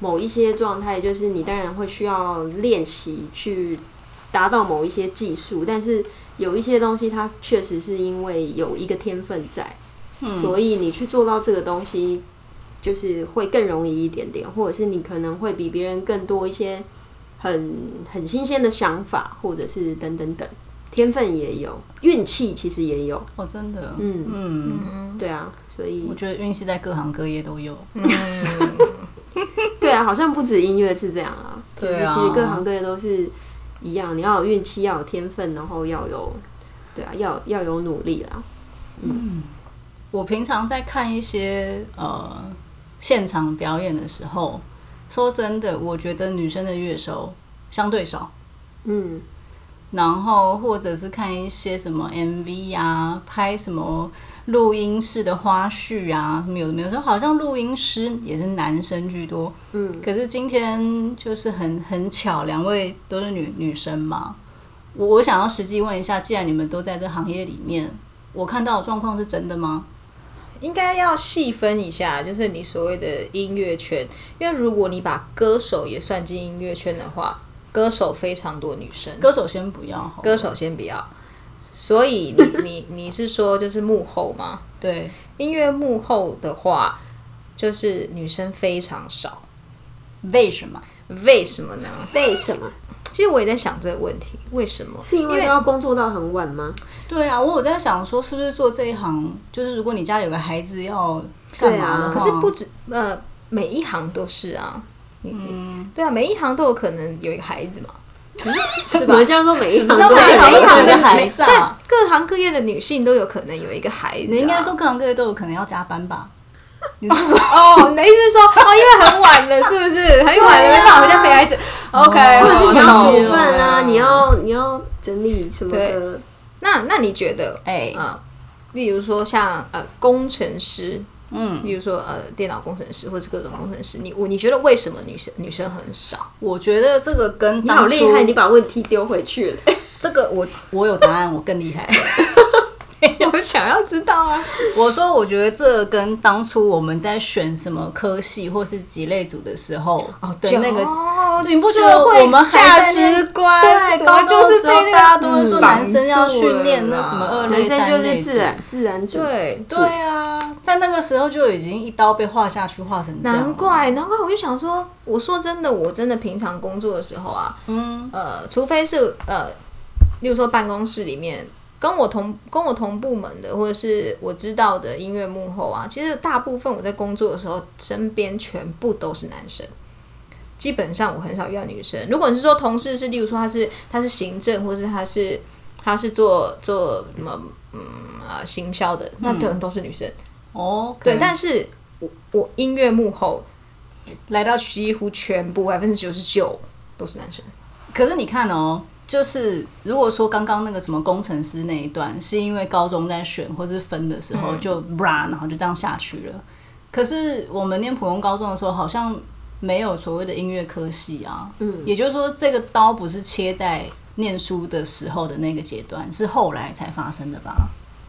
Speaker 3: 某一些状态，就是你当然会需要练习去达到某一些技术，但是有一些东西它确实是因为有一个天分在，
Speaker 1: 嗯
Speaker 3: 所以你去做到这个东西，就是会更容易一点点，或者是你可能会比别人更多一些很很新鲜的想法，或者是等等等，天分也有，运气其实也有，
Speaker 1: 哦，真的，
Speaker 3: 嗯
Speaker 1: 嗯，
Speaker 3: 对啊，所以
Speaker 1: 我觉得运气在各行各业都有。嗯
Speaker 3: 对啊，好像不止音乐是这样啊，就
Speaker 1: 对
Speaker 3: 是
Speaker 1: 啊
Speaker 3: 其实各行各业都是一样，你要有运气，要有天分，然后要有对啊，要要有努力啦，
Speaker 1: 我平常在看一些呃现场表演的时候，说真的，我觉得女生的乐手相对少，
Speaker 3: 嗯，
Speaker 1: 然后或者是看一些什么 MV 啊，拍什么录音室的花絮啊，什么有的没有，说好像录音师也是男生居多，
Speaker 3: 嗯，
Speaker 1: 可是今天就是很很巧，两位都是女女生嘛，我我想要实际问一下，既然你们都在这行业里面，我看到的状况是真的吗？
Speaker 2: 应该要细分一下，就是你所谓的音乐圈，因为如果你把歌手也算进音乐圈的话，歌手非常多女生，
Speaker 1: 歌手先不要好了，
Speaker 2: 歌手先不要。所以你你你是说就是幕后吗？
Speaker 1: 对，
Speaker 2: 音乐幕后的话，就是女生非常少，
Speaker 1: 为什么？
Speaker 2: 为什么呢？
Speaker 3: 为什么？
Speaker 2: 其实我也在想这个问题，为什么？
Speaker 3: 是因为都要工作到很晚吗？
Speaker 1: 对啊，我有在想说，是不是做这一行，就是如果你家里有个孩子要干嘛的话、
Speaker 3: 对啊
Speaker 2: 可是不止呃，每一行都是啊，你你对啊，每一行都有可能有一个孩子嘛，
Speaker 3: 什么叫做每一行
Speaker 1: 什
Speaker 3: 都
Speaker 1: 么叫
Speaker 3: 有
Speaker 1: 每
Speaker 2: 每
Speaker 1: 一
Speaker 2: 一
Speaker 1: 行
Speaker 2: 行
Speaker 1: 都有一个
Speaker 2: 的
Speaker 1: 孩
Speaker 2: 每
Speaker 1: 子啊
Speaker 2: 在各行各业的女性都有可能有一个孩子啊、
Speaker 1: 你应该说各行各业都有可能要加班吧？你是说
Speaker 2: 哦，你的意思是说哦，因为很晚了，是不是？很晚
Speaker 1: 啊
Speaker 2: 了，没办法回家陪孩子。OK，
Speaker 3: 或者是你
Speaker 2: 我
Speaker 3: 要
Speaker 2: 懂
Speaker 3: 煮饭啊，
Speaker 1: 哦
Speaker 3: 你要你要整理什么的，
Speaker 2: 那那你觉得，
Speaker 1: 哎
Speaker 2: 呃，例如说像呃工程师，
Speaker 1: 嗯，
Speaker 2: 例如说呃电脑工程师或是各种工程师，你我你觉得为什么女生女生很少？
Speaker 1: 我觉得这个跟
Speaker 3: 你
Speaker 1: 当
Speaker 3: 好
Speaker 1: 初
Speaker 3: 厉害，你把问题丢回去了。
Speaker 1: 这个我我有答案，我更厉害。
Speaker 2: 哎我想要知道啊。
Speaker 1: 我说，我觉得这跟当初我们在选什么科系或是几类组的时候
Speaker 2: 哦
Speaker 1: 的那个
Speaker 2: 就哦，
Speaker 1: 你不觉得
Speaker 2: 社会
Speaker 1: 我们还在
Speaker 2: 价
Speaker 1: 那
Speaker 2: 值观
Speaker 1: 对，
Speaker 2: 多
Speaker 1: 高
Speaker 2: 就
Speaker 1: 中的
Speaker 2: 是
Speaker 1: 时候
Speaker 2: 被那个
Speaker 1: 大家都会说
Speaker 2: 嗯
Speaker 1: 男生要去念
Speaker 2: 绑
Speaker 1: 那
Speaker 2: 住
Speaker 1: 什么
Speaker 2: 了啊
Speaker 1: 二
Speaker 3: 男
Speaker 1: 类、
Speaker 3: 生
Speaker 1: 三
Speaker 3: 就是
Speaker 1: 类
Speaker 3: 自然自然组，
Speaker 2: 对
Speaker 1: 对啊，在那个时候就已经一刀被划下去，划成这样。
Speaker 2: 难，怪，难怪，我就想说，我说真的，我真的平常工作的时候啊，
Speaker 1: 嗯，
Speaker 2: 呃，除非是呃，例如说办公室里面跟我同跟我同部门的，或者是我知道的音乐幕后啊，其实大部分我在工作的时候，身边全部都是男生。基本上我很少遇到女生。如果你是说同事是，例如说他是他是行政，或是他是他是做做什么嗯啊、行销的，那可能都是女生。
Speaker 1: 哦，
Speaker 2: 对，但是我我音乐幕后
Speaker 1: 来到
Speaker 2: 几乎全部百分之九十九都是男生。
Speaker 1: 可是你看哦，就是如果说刚刚那个什么工程师那一段，是因为高中在选或是分的时候就 bra，、然后就这样下去了。可是我们念普通高中的时候，好像没有所谓的音乐科系啊。嗯，也就是说，这个刀不是切在念书的时候的那个阶段，是后来才发生的吧？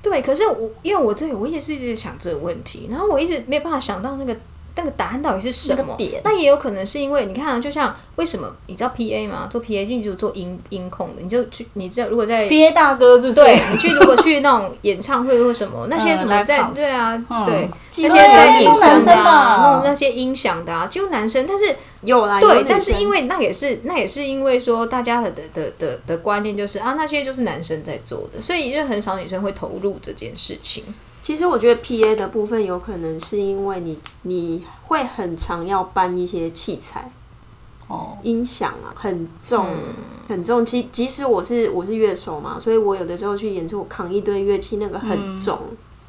Speaker 2: 对，可是我因为我对我也是一直想这个问题，然后我一直没办法想到那个那个答案到底是什
Speaker 3: 那
Speaker 2: 么
Speaker 3: 个点。
Speaker 2: 那也有可能是因为你看啊、就像为什么你知道 PA 吗？做 PA 你就做音音控的，你就去你这如果在
Speaker 1: 憋大哥就是
Speaker 2: 对你去如果去那种演唱会或什么那些
Speaker 1: 嗯
Speaker 2: 什么在
Speaker 1: live house
Speaker 2: 对啊、
Speaker 1: 嗯
Speaker 2: 对那
Speaker 3: 实
Speaker 2: 些在
Speaker 3: 都
Speaker 2: 影
Speaker 3: 男
Speaker 2: 声的、
Speaker 3: 生
Speaker 2: 啊
Speaker 1: 吧，
Speaker 2: 弄那些音响的啊，就男生，但是。
Speaker 3: 有啦，有
Speaker 2: 对，
Speaker 3: 女
Speaker 2: 但是
Speaker 3: 生
Speaker 2: 因为那也是那也是因为说大家的的的的的观念就是啊，那些就是男生在做的，所以就很少女生会投入这件事情。
Speaker 3: 其实我觉得 P A 的部分有可能是因为你你会很常要搬一些器材，
Speaker 1: 哦，
Speaker 3: 音响啊很重、很重。其即使我是我是乐手嘛，所以我有的时候去演出，我扛一堆乐器，那个很重。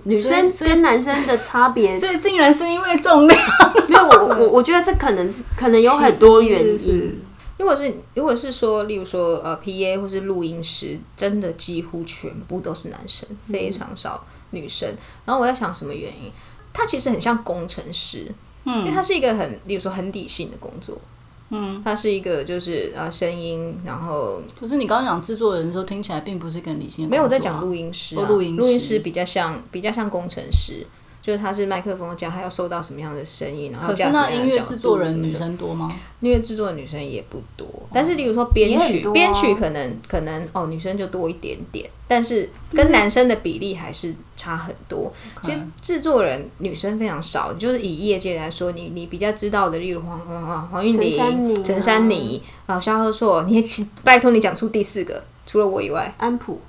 Speaker 3: 女生
Speaker 1: 所以
Speaker 3: 跟男生的差别，
Speaker 1: 所以竟然是因为重量，
Speaker 3: 没 有我我我觉得这可能是可能有很多原
Speaker 1: 是不是
Speaker 3: 因。
Speaker 2: 如果是如果是说，例如说呃，P A 或是录音师，真的几乎全部都是男生，
Speaker 1: 嗯
Speaker 2: 非常少女生。然后我在想什么原因？他其实很像工程师，因为
Speaker 1: 嗯
Speaker 2: 它是一个很，例如说很理性的工作，嗯，它是一个就是啊声音，然后
Speaker 1: 可是你刚刚讲制作人的时候，听起来并不是更理性的工作啊、
Speaker 2: 没有我在讲录音师、啊，
Speaker 1: 哦录音师
Speaker 2: 师比较像比较像工程师，就是他是麦克风加，他要收到什么样的声音，然后
Speaker 1: 可
Speaker 2: 加
Speaker 1: 是
Speaker 2: 什么
Speaker 1: 那
Speaker 2: 样的
Speaker 1: 音乐
Speaker 2: 角度
Speaker 1: 制作
Speaker 2: 什
Speaker 1: 人
Speaker 2: 么
Speaker 1: 女
Speaker 2: 什么
Speaker 1: 生多吗？
Speaker 2: 音乐制作的女生也不多，但是例如说编
Speaker 3: 也很
Speaker 2: 曲，
Speaker 3: 多啊
Speaker 2: 编曲可能可能哦女生就多一点点，但是跟男生的比例还是差很多。其实制作人女生非常少，就是以业界来说，你你比较知道的，例如黄黄黄黄韵
Speaker 3: 陈珊妮
Speaker 2: 玲、
Speaker 3: 啊
Speaker 2: 陈珊妮啊、萧贺硕，你也请拜托你讲出第四个，除了我以外，
Speaker 3: 安普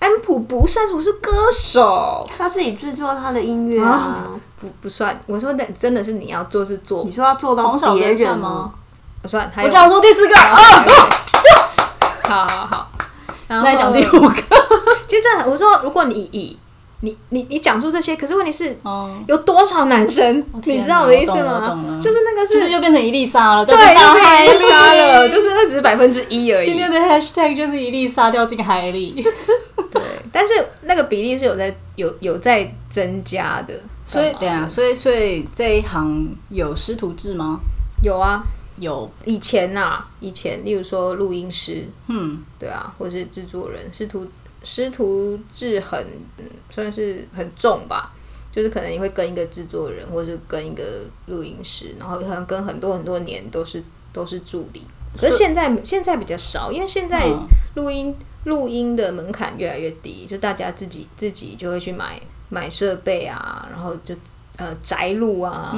Speaker 2: 安普不算我是歌手，
Speaker 3: 他自己制作他的音乐啊，
Speaker 2: 不不算。我说的真的是你要做是做
Speaker 3: 你，说要做到
Speaker 1: 黄小
Speaker 3: 别
Speaker 1: 珍算
Speaker 3: 人
Speaker 1: 吗？？
Speaker 2: 不算。还
Speaker 1: 我
Speaker 2: 有
Speaker 1: 讲出第四个哎啊，
Speaker 2: 好好好，然后
Speaker 1: 来讲第五个。
Speaker 2: 其实这样我说，如果你以你你你讲出这些，可是问题是
Speaker 1: 哦，
Speaker 2: 有多少男生，
Speaker 1: 天
Speaker 2: 你
Speaker 1: 哪
Speaker 2: 知道我的意思
Speaker 1: 我懂了
Speaker 2: 吗？就是那个
Speaker 1: 就是是又变成一粒沙了，对大
Speaker 2: 对，就是
Speaker 1: 海
Speaker 2: 被
Speaker 1: 里
Speaker 2: 杀 了，就是那只是百分之一而已。
Speaker 1: 今天的 hashtag 就是一粒沙掉进海里。
Speaker 2: 对，但是那个比例是有在有有在增加的，
Speaker 1: 所以
Speaker 2: 懂吗
Speaker 1: 对啊，所以所以这一行有师徒制吗？
Speaker 2: 有啊，
Speaker 1: 有，
Speaker 2: 以前呐、以前例如说录音师，
Speaker 1: 嗯，
Speaker 2: 对啊，或是制作人，师徒师徒制很、嗯算是很重吧，就是可能你会跟一个制作人，或是跟一个录音师，然后可能跟很多很多年都是都是助理。可是现在现在比较少，因为现在
Speaker 1: 嗯
Speaker 2: 录音录、音的门槛越来越低，就大家自己自己就会去买买设备啊，然后就呃宅录啊，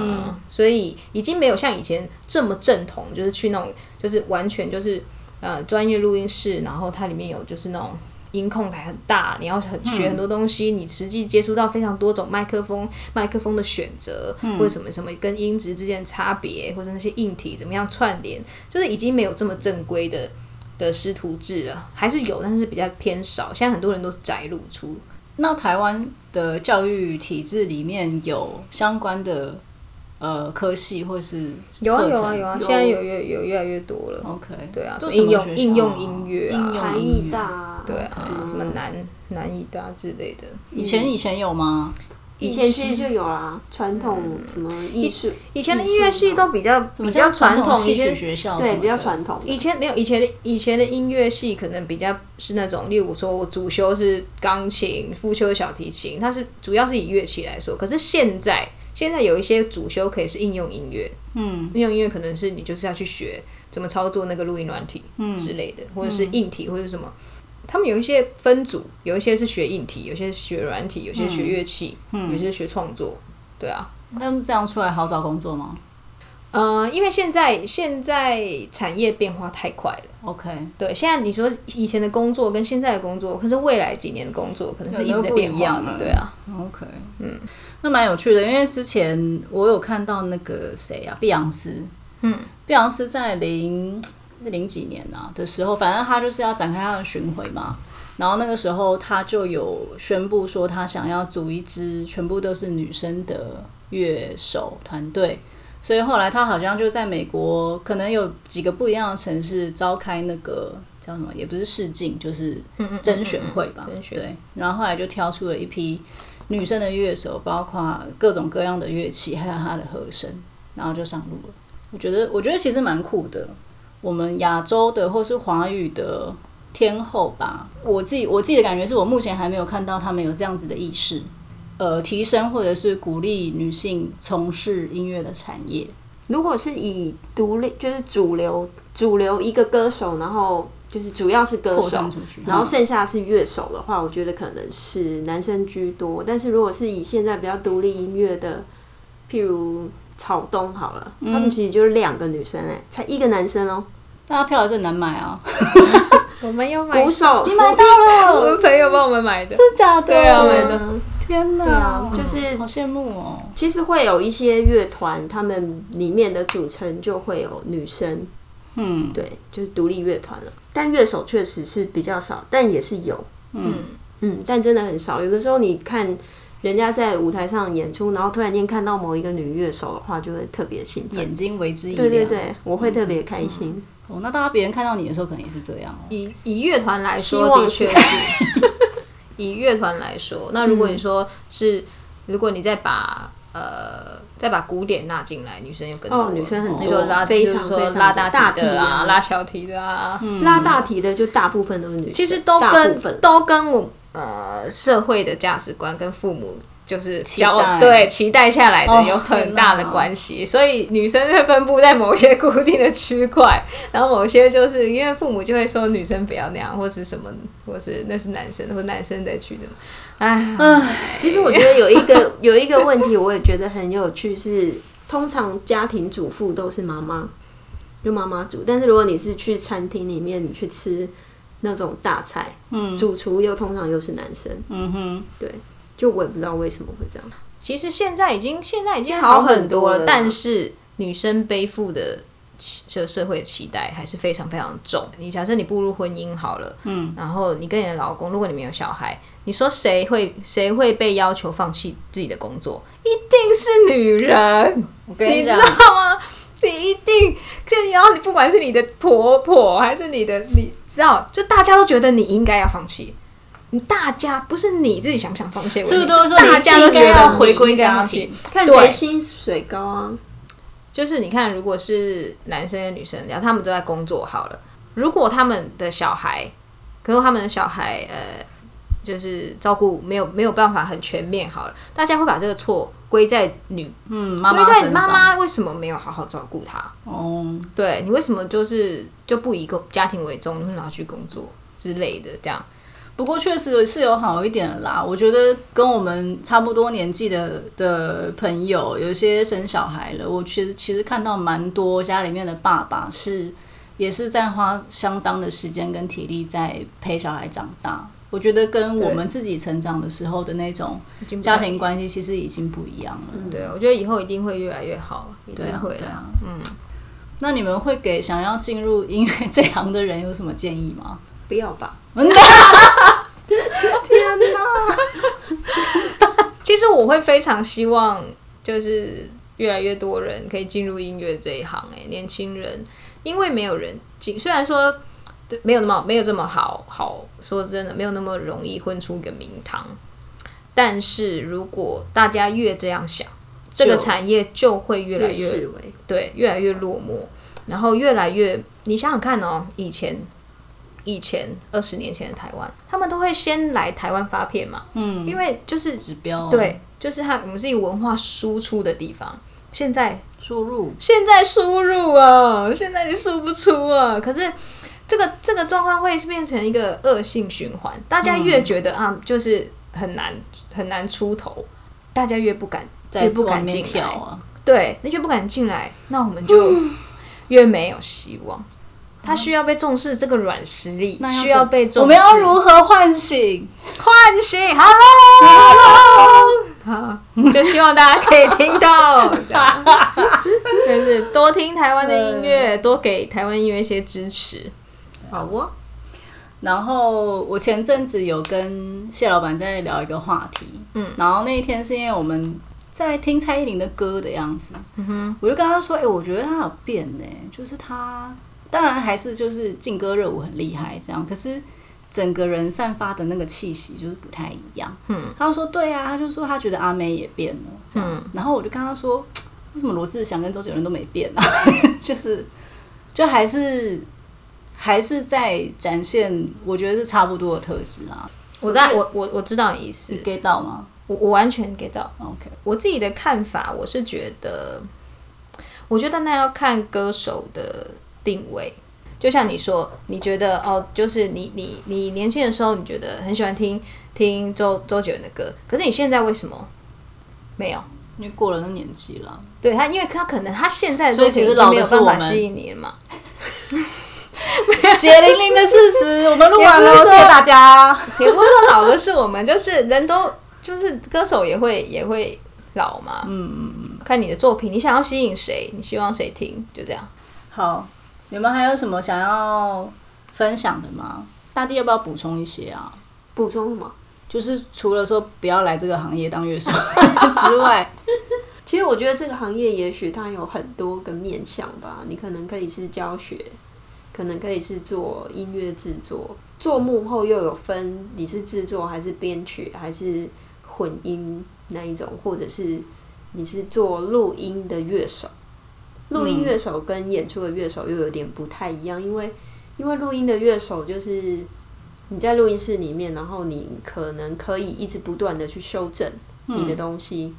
Speaker 2: 所以已经没有像以前这么正统，就是去那种就是完全就是呃专业录音室，然后它里面有就是那种。音控台很大，你要很学很多东西，你实际接触到非常多种麦克风，麦克风的选择，或者什么什么跟音质之间的差别，或者那些硬体怎么样串联，就是已经没有这么正规的的师徒制了，还是有，但是比较偏少。现在很多人都是宅录出，
Speaker 1: 那台湾的教育体制里面有相关的呃科系或是
Speaker 2: 有啊
Speaker 1: 课
Speaker 2: 有
Speaker 1: 程
Speaker 2: 啊有啊，
Speaker 3: 有
Speaker 2: 现在有越有越来越多了。
Speaker 1: ，OK，
Speaker 2: 对啊
Speaker 1: 做，什么
Speaker 2: 应用
Speaker 1: 学校
Speaker 2: 应用音乐
Speaker 1: 应
Speaker 2: 啊
Speaker 1: 用，
Speaker 3: 台艺大啊
Speaker 2: 对啊，什么南南艺大之类的。
Speaker 1: 以前以前有吗？
Speaker 3: 以前其实就有啦，传统什么艺术，
Speaker 1: 嗯
Speaker 2: 以前的音乐系都比较比较传统，
Speaker 1: 戏
Speaker 2: 以
Speaker 1: 曲
Speaker 2: 前
Speaker 1: 学校什
Speaker 3: 对
Speaker 1: 么
Speaker 3: 比较
Speaker 1: 的
Speaker 3: 传统的。
Speaker 2: 以前没有，以前的以前的音乐系可能比较是那种，例如说我主修是钢琴，副修小提琴，它是主要是以乐器来说。可是现在现在有一些主修可以是应用音乐，
Speaker 1: 嗯，
Speaker 2: 应用音乐可能是你就是要去学怎么操作那个录音软体，嗯之类的，或者是硬体或者是什么。他们有一些分组，有一些是学硬体，有些是学软体，有些学乐器，有些学创作，对啊。
Speaker 1: 但这样出来好找工作吗
Speaker 2: 呃，因为现在现在产业变化太快了，
Speaker 1: ？OK，
Speaker 2: 对，现在你说以前的工作跟现在的工作，可是未来几年的工作可能是
Speaker 1: 可
Speaker 2: 一直
Speaker 1: 能
Speaker 2: 在
Speaker 1: 都不
Speaker 2: 变
Speaker 1: 一
Speaker 2: 化
Speaker 1: 样
Speaker 2: 的，
Speaker 1: 了
Speaker 2: 对啊，
Speaker 1: OK，嗯，那蛮有趣的，因为之前我有看到那个谁啊，碧昂斯，
Speaker 2: 嗯，
Speaker 1: 碧昂斯在零那零几年啊的时候，反正他就是要展开他的巡回嘛。然后那个时候他就有宣布说，他想要组一支全部都是女生的乐手团队。所以后来他好像就在美国，可能有几个不一样的城市召开那个叫什么，也不是试镜，就是
Speaker 2: 嗯
Speaker 3: 嗯
Speaker 1: 甄选会吧，
Speaker 2: 甄选
Speaker 1: 对。然后后来就挑出了一批女生的乐手，包括各种各样的乐器，还有她的和声，然后就上路了。我觉得，我觉得其实蛮酷的。我们亚洲的或是华语的天后吧，我自己我自己的感觉是我目前还没有看到他们有这样子的意识，呃，提升或者是鼓励女性从事音乐的产业。
Speaker 3: 如果是以独立，就是主流主流一个歌手，然后就是主要是歌
Speaker 1: 扩
Speaker 3: 手
Speaker 1: 张出去，
Speaker 3: 然后
Speaker 1: 嗯
Speaker 3: 剩下是乐手的话，我觉得可能是男生居多。但是如果是以现在比较独立音乐的，譬如草东好了，他们其实就是两个女生哎、才一个男生哦、
Speaker 1: 大家票还是很难买啊，
Speaker 2: 我们要买
Speaker 3: 鼓手你
Speaker 1: 哎买到了，
Speaker 2: 我们朋友帮我们买的，
Speaker 1: 真假的？对
Speaker 2: 啊买到
Speaker 1: 天哪，
Speaker 3: 对啊就是
Speaker 1: 好羡慕哦。
Speaker 3: 其实会有一些乐团，他们里面的组成就会有女生，
Speaker 1: 嗯，
Speaker 3: 对，就是独立乐团了。但乐手确实是比较少，但也是有，
Speaker 2: 嗯，
Speaker 3: 嗯，但真的很少。有的时候你看人家在舞台上演出，然后突然间看到某一个女乐手的话，就会特别兴奋
Speaker 2: 啊
Speaker 1: 眼。睛为之一亮。
Speaker 3: 对对对，我会特别开心。
Speaker 1: 哦，那大家别人看到你的时候，可能也是这样哦。
Speaker 2: 以以乐团来说，
Speaker 3: 希望
Speaker 2: 的确
Speaker 3: 是
Speaker 2: 是。嗯以乐团来说，那如果你说是，如果你再把呃再把古典纳进来，女生又更多了，
Speaker 3: 哦女生很
Speaker 2: 你说
Speaker 3: 多
Speaker 2: 拉，
Speaker 3: 非
Speaker 2: 就是
Speaker 3: 常
Speaker 2: 说
Speaker 3: 非常
Speaker 2: 拉
Speaker 3: 多
Speaker 2: 大
Speaker 3: 大
Speaker 2: 提
Speaker 3: 提
Speaker 2: 的啊，
Speaker 3: 啊
Speaker 2: 拉小提的啊，
Speaker 3: 拉大提的就大部分都是女生，
Speaker 2: 其实都
Speaker 3: 大部
Speaker 2: 跟
Speaker 3: 分
Speaker 2: 都跟我呃社会的价值观跟父母。就是教
Speaker 1: 期待
Speaker 2: 对期待下来的
Speaker 1: 哦
Speaker 2: 有很大的
Speaker 1: 天哪
Speaker 2: 关系，所以女生会分布在某些固定的区块，然后某些就是因为父母就会说女生不要那样，或是什么，或是那是男生，或男生再去什么，哎，
Speaker 3: 其实我觉得有一个 有一个问题，我也觉得很有趣是，通常家庭主妇都是妈妈，就妈妈煮。但是如果你是去餐厅里面，你去吃那种大菜，
Speaker 1: 嗯
Speaker 3: 主厨又通常又是男生，
Speaker 1: 嗯哼，
Speaker 3: 对，就我也不知道为什么会这样。
Speaker 2: 其实现在已经现在已经
Speaker 3: 在好
Speaker 2: 好很多了，
Speaker 3: 很多了
Speaker 2: 但是女生背负的期这社会的期待还是非常非常重。你假设你步入婚姻好了，嗯，然后你跟你的老公，如果你没有小孩，你说谁会谁会被要求放弃自己的工作？一定是女人，
Speaker 1: 我跟
Speaker 2: 你知道吗？你一定就然后你不管是你的婆婆还是你的，你知道，就大家都觉得你应该要放弃。你大家不是你自己想不想放弃的问题，
Speaker 1: 所以都
Speaker 2: 是
Speaker 1: 说你
Speaker 2: 大家都觉得
Speaker 1: 应该要
Speaker 2: 你
Speaker 1: 回归
Speaker 2: 应该
Speaker 1: 家
Speaker 2: 放弃
Speaker 1: 庭
Speaker 3: 看
Speaker 2: 对
Speaker 3: 谁薪水高啊？
Speaker 2: 就是你看，如果是男生跟女生，然后他们都在工作好了，如果他们的小孩，可是他们的小孩，呃，就是照顾没有没有办法很全面好了，大家会把这个错归在女，
Speaker 1: 嗯，妈妈
Speaker 2: 归在
Speaker 1: 身
Speaker 2: 妈
Speaker 1: 上。
Speaker 2: 妈为什么没有好好照顾他？
Speaker 1: 哦，
Speaker 2: 对你为什么就是就不以工家庭为重，你为什么要去工作之类的？这样
Speaker 1: 不过确实是有好一点的啦。我觉得跟我们差不多年纪的的朋友，有些生小孩了，我其实其实看到蛮多家里面的爸爸是也是在花相当的时间跟体力在陪小孩长大。我觉得跟我们自己成长的时候的那种
Speaker 2: 已经不太
Speaker 1: 家庭关系其实已经不一样了。
Speaker 2: 对，我觉得以后一定会越来越好，一定
Speaker 1: 对啊
Speaker 2: 会
Speaker 1: 对
Speaker 2: 的。
Speaker 1: 啊
Speaker 2: 嗯，
Speaker 1: 那你们会给想要进入音乐这行的人有什么建议吗？
Speaker 3: 不要吧，
Speaker 2: 其实我会非常希望，就是越来越多人可以进入音乐这一行、欸。哎，年轻人，因为没有人进，虽然说对没有那么没有这么好好，说真的，没有那么容易混出一个名堂。但是如果大家越这样想，这个
Speaker 3: 就
Speaker 2: 产业就会越来
Speaker 3: 被
Speaker 2: 越
Speaker 3: 视为
Speaker 2: 对，越来越落寞，然后越来越，你想想看哦，以前。以前二十年前的台湾，他们都会先来台湾发片嘛，
Speaker 1: 嗯，
Speaker 2: 因为就是
Speaker 1: 指标、啊
Speaker 2: 对，就是它，我们是一个文化输出的地方。现在
Speaker 1: 输入
Speaker 2: 现在输入啊，现在你输不出啊。可是这个这个状况会变成一个恶性循环，大家越觉
Speaker 1: 嗯
Speaker 2: 得、啊，就是很难很难出头，大家越不敢，
Speaker 1: 在
Speaker 2: 越不
Speaker 1: 往
Speaker 2: 敢
Speaker 1: 面
Speaker 2: 进
Speaker 1: 跳
Speaker 2: 来，
Speaker 1: 啊，嗯
Speaker 2: 对，那越不敢进来，那我们就越没有希望。他需要被重视这个软实力
Speaker 1: 那，要
Speaker 2: 需要
Speaker 1: 怎
Speaker 2: 被重视。
Speaker 1: 我们要如何唤醒？
Speaker 2: 唤醒，Hello，Hello，好，就希望大家可以听到，这 样就是多听台湾的音乐，多给台湾音乐一些支持。
Speaker 3: 好哦，
Speaker 1: 然后我前阵子有跟谢老板在聊一个话题，嗯，然后那一天是因为我们在听蔡依林的歌的样子，嗯哼，我就跟他说，哎、我觉得她有变呢、就是她当然还是就是劲歌热舞很厉害这样，可是整个人散发的那个气息就是不太一样，嗯，他就说对啊，他就说他觉得阿妹也变了这样，然后我就跟他说，为什么罗志祥跟周杰伦都没变啊？ 就是就还是还是在展现，我觉得是差不多的特质啊。
Speaker 2: 我在我我我知道你意思
Speaker 1: 你，get 到吗
Speaker 2: 我我完全 get 到。
Speaker 1: ？OK，
Speaker 2: 我自己的看法，我是觉得，我觉得那要看歌手的定位。就像你说，你觉得哦，就是你你你年轻的时候，你觉得很喜欢听听周周杰伦的歌，可是你现在为什么没有？
Speaker 1: 因为过了那年纪了，
Speaker 2: 对他，因为他可能他现在的
Speaker 1: 所以
Speaker 2: 作
Speaker 1: 其
Speaker 2: 品
Speaker 1: 实
Speaker 2: 已经
Speaker 1: 老的
Speaker 2: 没有
Speaker 1: 是
Speaker 2: 办
Speaker 1: 我
Speaker 2: 法
Speaker 1: 们
Speaker 2: 吸引你了嘛。
Speaker 1: 血淋淋的事实，我们录完了，
Speaker 2: 也
Speaker 1: 谢
Speaker 2: 不是说
Speaker 1: 谢大家。
Speaker 2: 也不是说老的是我们，就是人都就是歌手也会也会老嘛。嗯嗯，看你的作品，你想要吸引谁，你希望谁听，就这样。
Speaker 1: 好，你们还有什么想要分享的吗？大地要不要补充一些啊？
Speaker 3: 补充什么？
Speaker 1: 就是除了说不要来这个行业当 乐手之外，
Speaker 3: 其实我觉得这个行业也许它有很多个面向吧，你可能可以是教学，可能可以是做音乐制作，做幕后又有分你是制作还是编曲还是混音那一种，或者是你是做录音的乐手。录音乐手跟演出的乐手又有点不太一样，因为因为录音的乐手就是你在录音室里面，然后你可能可以一直不断的去修正你的东西，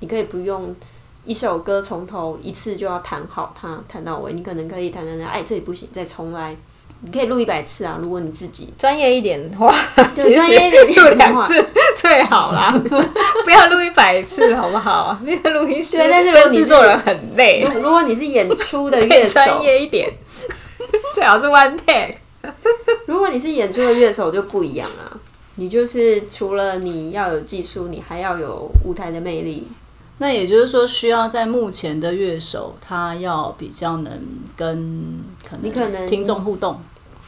Speaker 3: 你可以不用一首歌从头一次就要弹好它，弹到尾，你可能可以弹弹弹，哎，这里不行，再重来。你可以录一百次啊，如果你自己
Speaker 2: 专业一点的话，其
Speaker 3: 专业一点
Speaker 2: 实录
Speaker 3: 的
Speaker 2: 两
Speaker 3: 话
Speaker 2: 次 最好啦， 不要录一百次，好不好？那个录音师
Speaker 3: 对但是如果
Speaker 2: 跟
Speaker 3: 你
Speaker 2: 制
Speaker 3: 是
Speaker 2: 作人很累
Speaker 3: 如，如果你是演出的
Speaker 2: 可
Speaker 3: 乐
Speaker 2: 以
Speaker 3: 手，
Speaker 2: 专业一点， 最好是 one take。
Speaker 3: 如果你是演出的乐手就不一样啊，你就是除了你要有技术，你还要有舞台的魅力，
Speaker 1: 那也就是说，需要在目前的乐手，他要比较能跟可能
Speaker 3: 你可能
Speaker 1: 听众互动，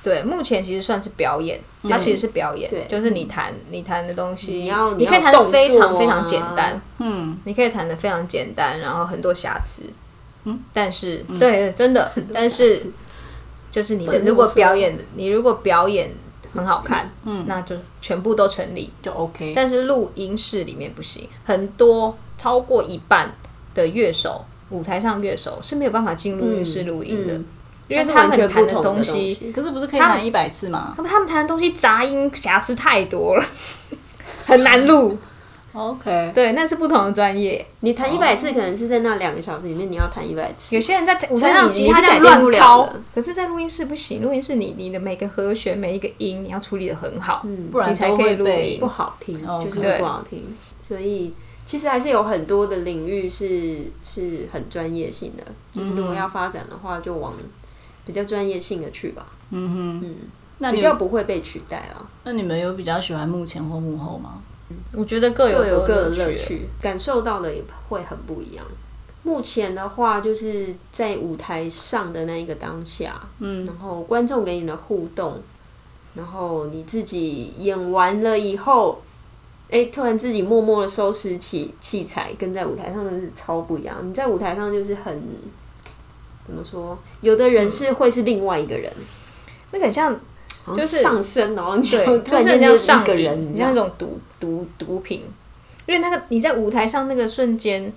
Speaker 2: 对，目前其实算是表演，它其实是表演，
Speaker 3: 嗯对
Speaker 2: 就是你弹你弹的东西，
Speaker 3: 你要
Speaker 2: 你可以
Speaker 3: 你
Speaker 2: 弹
Speaker 3: 要
Speaker 2: 的
Speaker 3: 动作
Speaker 2: 非常
Speaker 3: 啊
Speaker 2: 非常简单，
Speaker 1: 嗯，
Speaker 2: 你可以弹的非常简单，然后很多瑕疵，嗯，但是对，真 的，但是就是你
Speaker 3: 不
Speaker 2: 的
Speaker 3: 能这
Speaker 2: 如果
Speaker 3: 么说
Speaker 2: 表演，你如果表演很好看，嗯，那就全部都成立，
Speaker 1: 就 OK。
Speaker 2: 但是录音室里面不行，很多超过一半的乐手，舞台上乐手是没有办法进录音室录音的，
Speaker 3: 嗯
Speaker 2: 因为
Speaker 3: 它是
Speaker 2: 他
Speaker 3: 完
Speaker 2: 们
Speaker 3: 全
Speaker 2: 弹
Speaker 3: 不同的
Speaker 2: 东
Speaker 3: 东
Speaker 2: 西
Speaker 3: 西
Speaker 1: 可是不是可以
Speaker 2: 他
Speaker 1: 弹一百次吗
Speaker 2: 他们他们弹的东西杂音瑕疵太多了， 很难录。
Speaker 1: ？OK，
Speaker 2: 对，那是不同的专业。
Speaker 3: 你弹一百次，可能是在那两个小时里面，你要弹一百次
Speaker 2: 有。些人在舞
Speaker 3: 所
Speaker 2: 台
Speaker 3: 以
Speaker 2: 上
Speaker 3: 你
Speaker 2: 吉他
Speaker 3: 你是
Speaker 2: 这样
Speaker 3: 改变
Speaker 2: 乱
Speaker 3: 不了
Speaker 2: 敲
Speaker 3: 的，
Speaker 2: 可是，在录音室不行。录音室你你的每个和弦、每一个音，你要处理的很好，
Speaker 3: 嗯
Speaker 1: 不然
Speaker 2: 你才
Speaker 1: 都
Speaker 2: 可以
Speaker 1: 会
Speaker 2: 录
Speaker 1: 被
Speaker 2: 音
Speaker 3: 不。好听，
Speaker 1: 哦
Speaker 3: 就是
Speaker 2: 对
Speaker 3: 会不好听。所以其实还是有很多的领域是是很专业性的，
Speaker 1: 嗯
Speaker 3: 就是如果要发展的话，就往比较专业性的去吧，
Speaker 1: 嗯哼，那
Speaker 3: 比
Speaker 1: 你
Speaker 3: 较不会被取代啊，
Speaker 1: 那你们有比较喜欢幕前或幕后吗？
Speaker 2: 我觉得各有
Speaker 3: 各有各
Speaker 2: 的
Speaker 3: 的乐
Speaker 2: 乐趣。
Speaker 3: 趣，感受到的也会很不一样。目前的话，就是在舞台上的那一个当下，嗯，然后观众给你的互动，然后你自己演完了以后，哎、突然自己默默的收拾起器材，跟在舞台上真的是超不一样。你在舞台上就是很怎么说？有的人是会是另外一个人，
Speaker 2: 那个很像，
Speaker 3: 好像
Speaker 2: 就是
Speaker 3: 上升，然后你
Speaker 2: 对
Speaker 3: 就，突
Speaker 2: 就
Speaker 3: 然
Speaker 2: 是很像
Speaker 3: 间就是一
Speaker 2: 上
Speaker 3: 个
Speaker 2: 瘾，
Speaker 3: 人，
Speaker 2: 很
Speaker 3: 你
Speaker 2: 像
Speaker 3: 像
Speaker 2: 那种毒毒毒品。因为那个你在舞台上那个瞬间，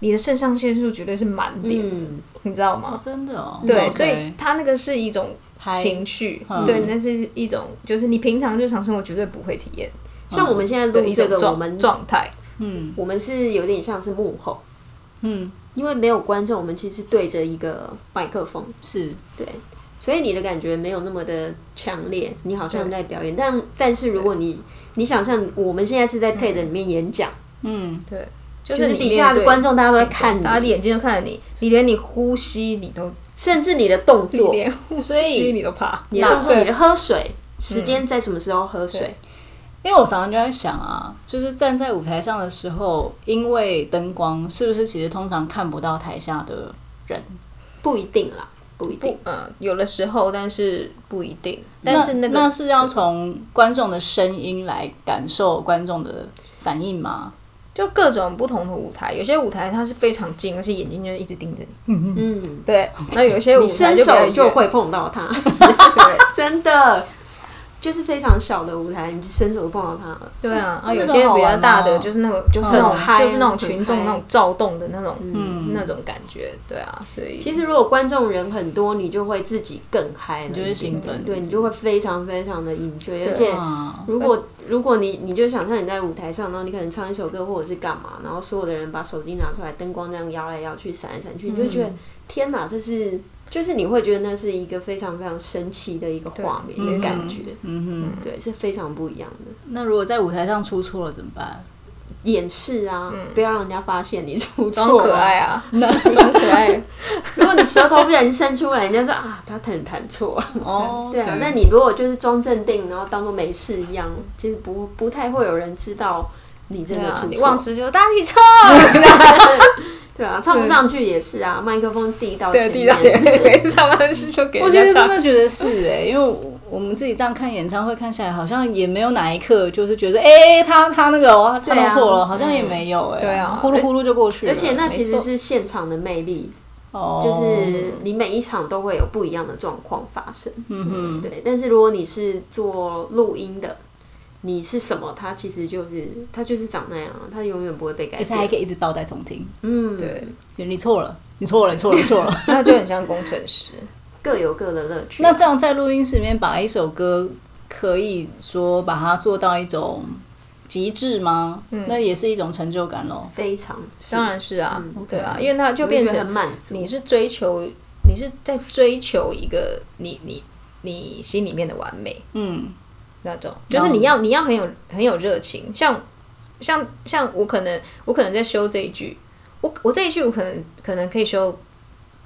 Speaker 2: 你的肾上腺素绝对是满点，
Speaker 3: 嗯，
Speaker 2: 你知道吗？
Speaker 1: 哦，真的哦。
Speaker 2: 对，
Speaker 1: OK
Speaker 2: 所以它那个是一种情绪，
Speaker 3: 嗯
Speaker 2: 对，那是一种就是你平常日常生活绝对不会体验
Speaker 3: 像我们现在
Speaker 2: 的
Speaker 3: 录
Speaker 2: 一
Speaker 3: 这
Speaker 2: 种
Speaker 3: 个，我
Speaker 2: 状
Speaker 3: 们
Speaker 2: 状态。
Speaker 3: 我们是有点像是幕后，
Speaker 1: 嗯，
Speaker 3: 因为没有观众，我们其实对着一个麦克风，
Speaker 1: 是
Speaker 3: 对，所以你的感觉没有那么的强烈，你好像在表演。但但是如果你你想象我们现在是在 TED 里面演讲，
Speaker 1: 嗯，
Speaker 2: 对，就
Speaker 3: 就是是
Speaker 2: 你
Speaker 3: 底下的观
Speaker 2: 众，
Speaker 3: 众大家都在看
Speaker 2: 大家的
Speaker 3: 你，
Speaker 2: 眼睛都看着你，你连你呼吸你都，
Speaker 3: 甚至你的动 作，
Speaker 2: 连呼吸你都怕，
Speaker 3: 你的动作，你的喝水时间在什么时候喝水？
Speaker 1: 因为我常常就在想啊，就是站在舞台上的时候，因为灯光，是不是其实通常看不到台下的人？
Speaker 3: 不一定啦，不一定。
Speaker 2: 嗯，有的时候，但是不一定。但是
Speaker 1: 那
Speaker 2: 那个
Speaker 1: 那是要从观众的声音来感受观众的反应吗？
Speaker 2: 就各种不同的舞台，有些舞台它是非常近，而且眼睛就一直盯着你。
Speaker 3: 嗯，
Speaker 2: 对，那有些舞
Speaker 3: 你
Speaker 2: 台
Speaker 3: 伸
Speaker 2: 就比较
Speaker 3: 手就
Speaker 2: 远。
Speaker 3: 会碰 到它，
Speaker 2: 对
Speaker 3: 真的。就是非常小的舞台，你就伸手碰到它了。
Speaker 2: 对啊，啊，有
Speaker 1: 种
Speaker 2: 些
Speaker 1: 好
Speaker 2: 比较
Speaker 1: 玩
Speaker 2: 大
Speaker 1: 哦
Speaker 2: 的就是那个就是那
Speaker 3: 很
Speaker 2: 种
Speaker 3: 嗨
Speaker 2: 就是那种
Speaker 3: 很
Speaker 2: 群众
Speaker 3: 嗨
Speaker 2: 那种躁动的那种
Speaker 1: 嗯
Speaker 2: 那种感觉。对啊，所以
Speaker 3: 其实如果观众人很多，你就会自己更嗨了一
Speaker 1: 你
Speaker 3: 点，
Speaker 1: 就会兴奋
Speaker 3: 对你就会非常非常的 enjoy，而
Speaker 2: 对
Speaker 3: 且
Speaker 1: 啊，
Speaker 3: 如果如果你你就想象你在舞台上，然后你可能唱一首歌或者是干嘛，然后所有的人把手机拿出来，灯光这样摇来摇去、闪来闪
Speaker 1: 嗯
Speaker 3: 去，你就会觉得、天哪，这是就是你会觉得那是一个非常非常神奇的一个画面，一个感觉，
Speaker 1: 嗯哼，
Speaker 3: 对，是非常不一样的。
Speaker 1: 那如果在舞台上出错了怎么办？
Speaker 3: 掩饰啊，
Speaker 2: 嗯
Speaker 3: 不要让人家发现你出错、
Speaker 2: 装可爱。啊， 装可爱。
Speaker 3: 如果你舌头不小心伸出来，人家说啊，他弹弹错了。
Speaker 1: 哦，
Speaker 3: 对啊，那你如果就是装镇定，然后当做没事一样，其实不不太会有人知道你真
Speaker 2: 对
Speaker 3: 的
Speaker 2: 啊
Speaker 3: 出，
Speaker 2: 你
Speaker 3: 错。
Speaker 2: 忘词就大体车，
Speaker 3: 对啊，唱不上去也是啊，麦克风递到
Speaker 2: 对，
Speaker 3: 前
Speaker 2: 地道姐
Speaker 3: 面
Speaker 2: 每次唱完是就给
Speaker 1: 我
Speaker 2: 人
Speaker 1: 其
Speaker 2: 家
Speaker 1: 实真
Speaker 2: 唱。
Speaker 1: 的觉得 是哎、因为我我们自己这样看演唱会看下来，好像也没有哪一刻就是觉得哎、他他那个哦，他
Speaker 3: 对
Speaker 1: 弄
Speaker 3: 啊
Speaker 1: 错了，好像也没有哎、
Speaker 2: 对啊
Speaker 1: 呼噜呼噜就过去了。
Speaker 3: 而且那其
Speaker 2: 没
Speaker 3: 实
Speaker 2: 错
Speaker 3: 是现场的魅力，
Speaker 1: 哦，
Speaker 3: 就是你每一场都会有不一样的状况发生。
Speaker 1: 嗯哼，
Speaker 3: 对，但是如果你是做录音的，你是什么，它其实就是它就是长那样啊，它永远不会被改
Speaker 1: 而且还
Speaker 3: 变。
Speaker 1: 可以一直倒带重听，
Speaker 3: 嗯，
Speaker 2: 对，
Speaker 1: 你错了，你错了，你错了，你错 了。
Speaker 2: 那就很像工程师。
Speaker 3: 各有各的乐趣。
Speaker 1: 那这样在录音室里面把一首歌，可以说把它做到一种极致吗？
Speaker 2: 嗯
Speaker 1: 那也是一种成就感喽。
Speaker 3: 非常是
Speaker 2: 当然是啊，
Speaker 3: 嗯
Speaker 2: 对啊，因为它就变
Speaker 3: 你会觉得
Speaker 2: 成
Speaker 3: 很满足。
Speaker 2: 你是追求，你是在追求一个你你你心里面的完美
Speaker 1: 嗯，
Speaker 2: 那种，就是你要你要很有很有热情，像像像我可能我可能在修这一句，我我这一句我可能可能可以修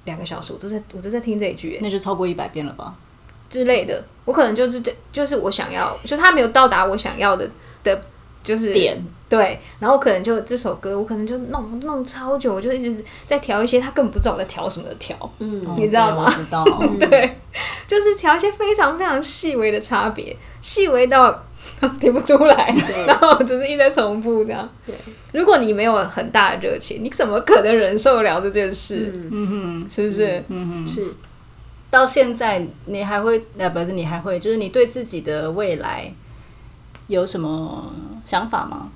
Speaker 2: 两个小时，我都在我都在听这一句欸
Speaker 1: 那就超过一百遍了吧？
Speaker 2: 之类的，我可能就是对就是我想要，就他没有到达我想要的的，就是
Speaker 1: 点
Speaker 2: 对，然后我可能就这首歌，我可能就弄弄超久，我就一直在调一些他根本不知道我在调什么的调，
Speaker 3: 嗯，
Speaker 2: 你知道吗
Speaker 1: 哦对我知道。
Speaker 2: 对，就是调一些非常非常细微的差别，细微到 听不出来，然后就是一直在重复这样。
Speaker 3: 对，
Speaker 2: 如果你没有很大的热情，你怎么可能忍受得了这件事？
Speaker 3: 嗯
Speaker 1: 嗯哼，
Speaker 2: 是不是？
Speaker 1: 嗯哼。
Speaker 3: 是
Speaker 1: 到现在，你还会呃，不是你还会，就是你对自己的未来有什么想法吗？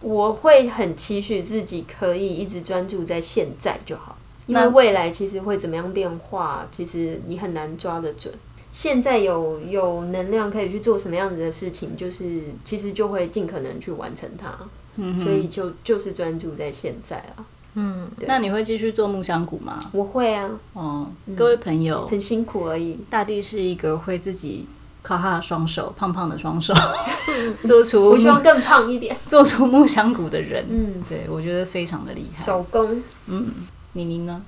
Speaker 3: 我会很期许自己可以一直专注在现在就好，因
Speaker 1: 那
Speaker 3: 为未来其实会怎么样变化，其实你很难抓得准。现在有有能量可以去做什么样子的事情，就是其实就会尽可能去完成它，
Speaker 1: 嗯哼
Speaker 3: 所以就就是专注在现在啊。
Speaker 2: 嗯，
Speaker 1: 那你会继续做木香谷吗？
Speaker 3: 我会啊，
Speaker 1: 哦，各位朋友，
Speaker 3: 很辛苦而已。
Speaker 1: 大地是一个会自己靠他的双手，胖胖的双 手，做出
Speaker 3: 我希望更胖一 点，
Speaker 1: 做出木香谷的人，
Speaker 3: 嗯，
Speaker 1: 对我觉得非常的厉害。
Speaker 3: 手工
Speaker 1: 嗯，妮妮呢？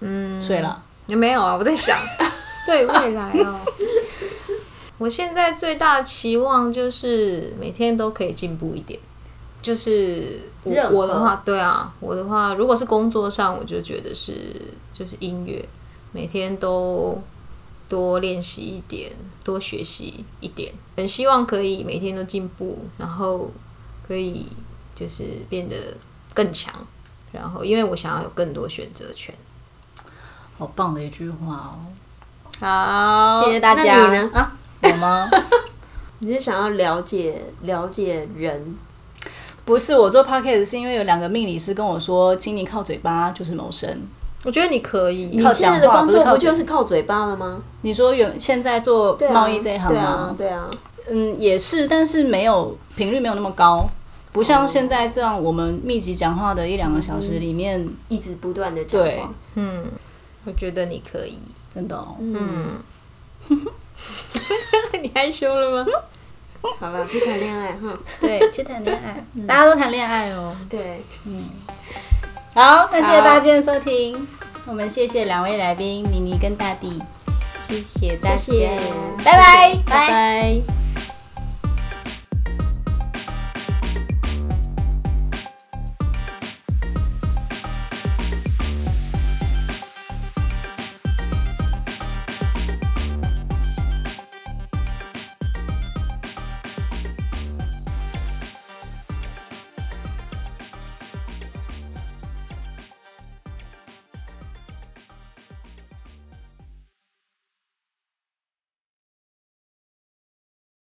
Speaker 2: 嗯，
Speaker 1: 睡了，
Speaker 2: 也没有啊，我在 想，对未来哦。我现在最大的期望就是每天都可以进步一点。就是我
Speaker 3: 任何
Speaker 2: 我的话，对啊，我的话，如果是工作上，我就觉得是就是音乐，每天都多练习一点，多学习一点，很希望可以每天都进步，然后可以就是变得更强，然后因为我想要有更多选择权。
Speaker 1: 好棒的一句话哦。
Speaker 2: 好，
Speaker 3: 谢谢大家。
Speaker 2: 那你呢？
Speaker 3: 啊，
Speaker 1: 我吗？
Speaker 3: 你是想要了解了解人，
Speaker 1: 不是，我做 podcast 是因为有两个命理师跟我说，请你靠嘴巴就是谋生。
Speaker 2: 我觉得你可以
Speaker 1: 靠，
Speaker 3: 现在
Speaker 1: 讲
Speaker 3: 的
Speaker 1: 话
Speaker 3: 工
Speaker 1: 不是
Speaker 3: 作
Speaker 1: 靠
Speaker 3: 不就
Speaker 1: 嘴
Speaker 3: 是靠嘴巴了吗？
Speaker 1: 你说原现在做
Speaker 3: 对啊
Speaker 1: 贸易这一行
Speaker 3: 对
Speaker 1: 吗？
Speaker 3: 啊，对啊，
Speaker 1: 嗯，也是，但是没有频率没有那么高。不像现在这样，我们密集讲话的一两个小时里面，
Speaker 3: 一直不断的讲
Speaker 1: 对
Speaker 3: 话。
Speaker 2: 嗯，我觉得你可以。
Speaker 1: 真的、哦，
Speaker 2: 嗯， 你害羞了吗？
Speaker 3: 好了，去谈恋爱哈。
Speaker 1: 对，去谈恋爱，大家都谈恋爱哦。
Speaker 3: 对，
Speaker 1: 好，那谢谢大家今天的收听，我们谢谢两位来宾妮妮跟大地，
Speaker 2: 谢谢大家，
Speaker 3: 谢谢
Speaker 1: 拜拜，
Speaker 2: 拜拜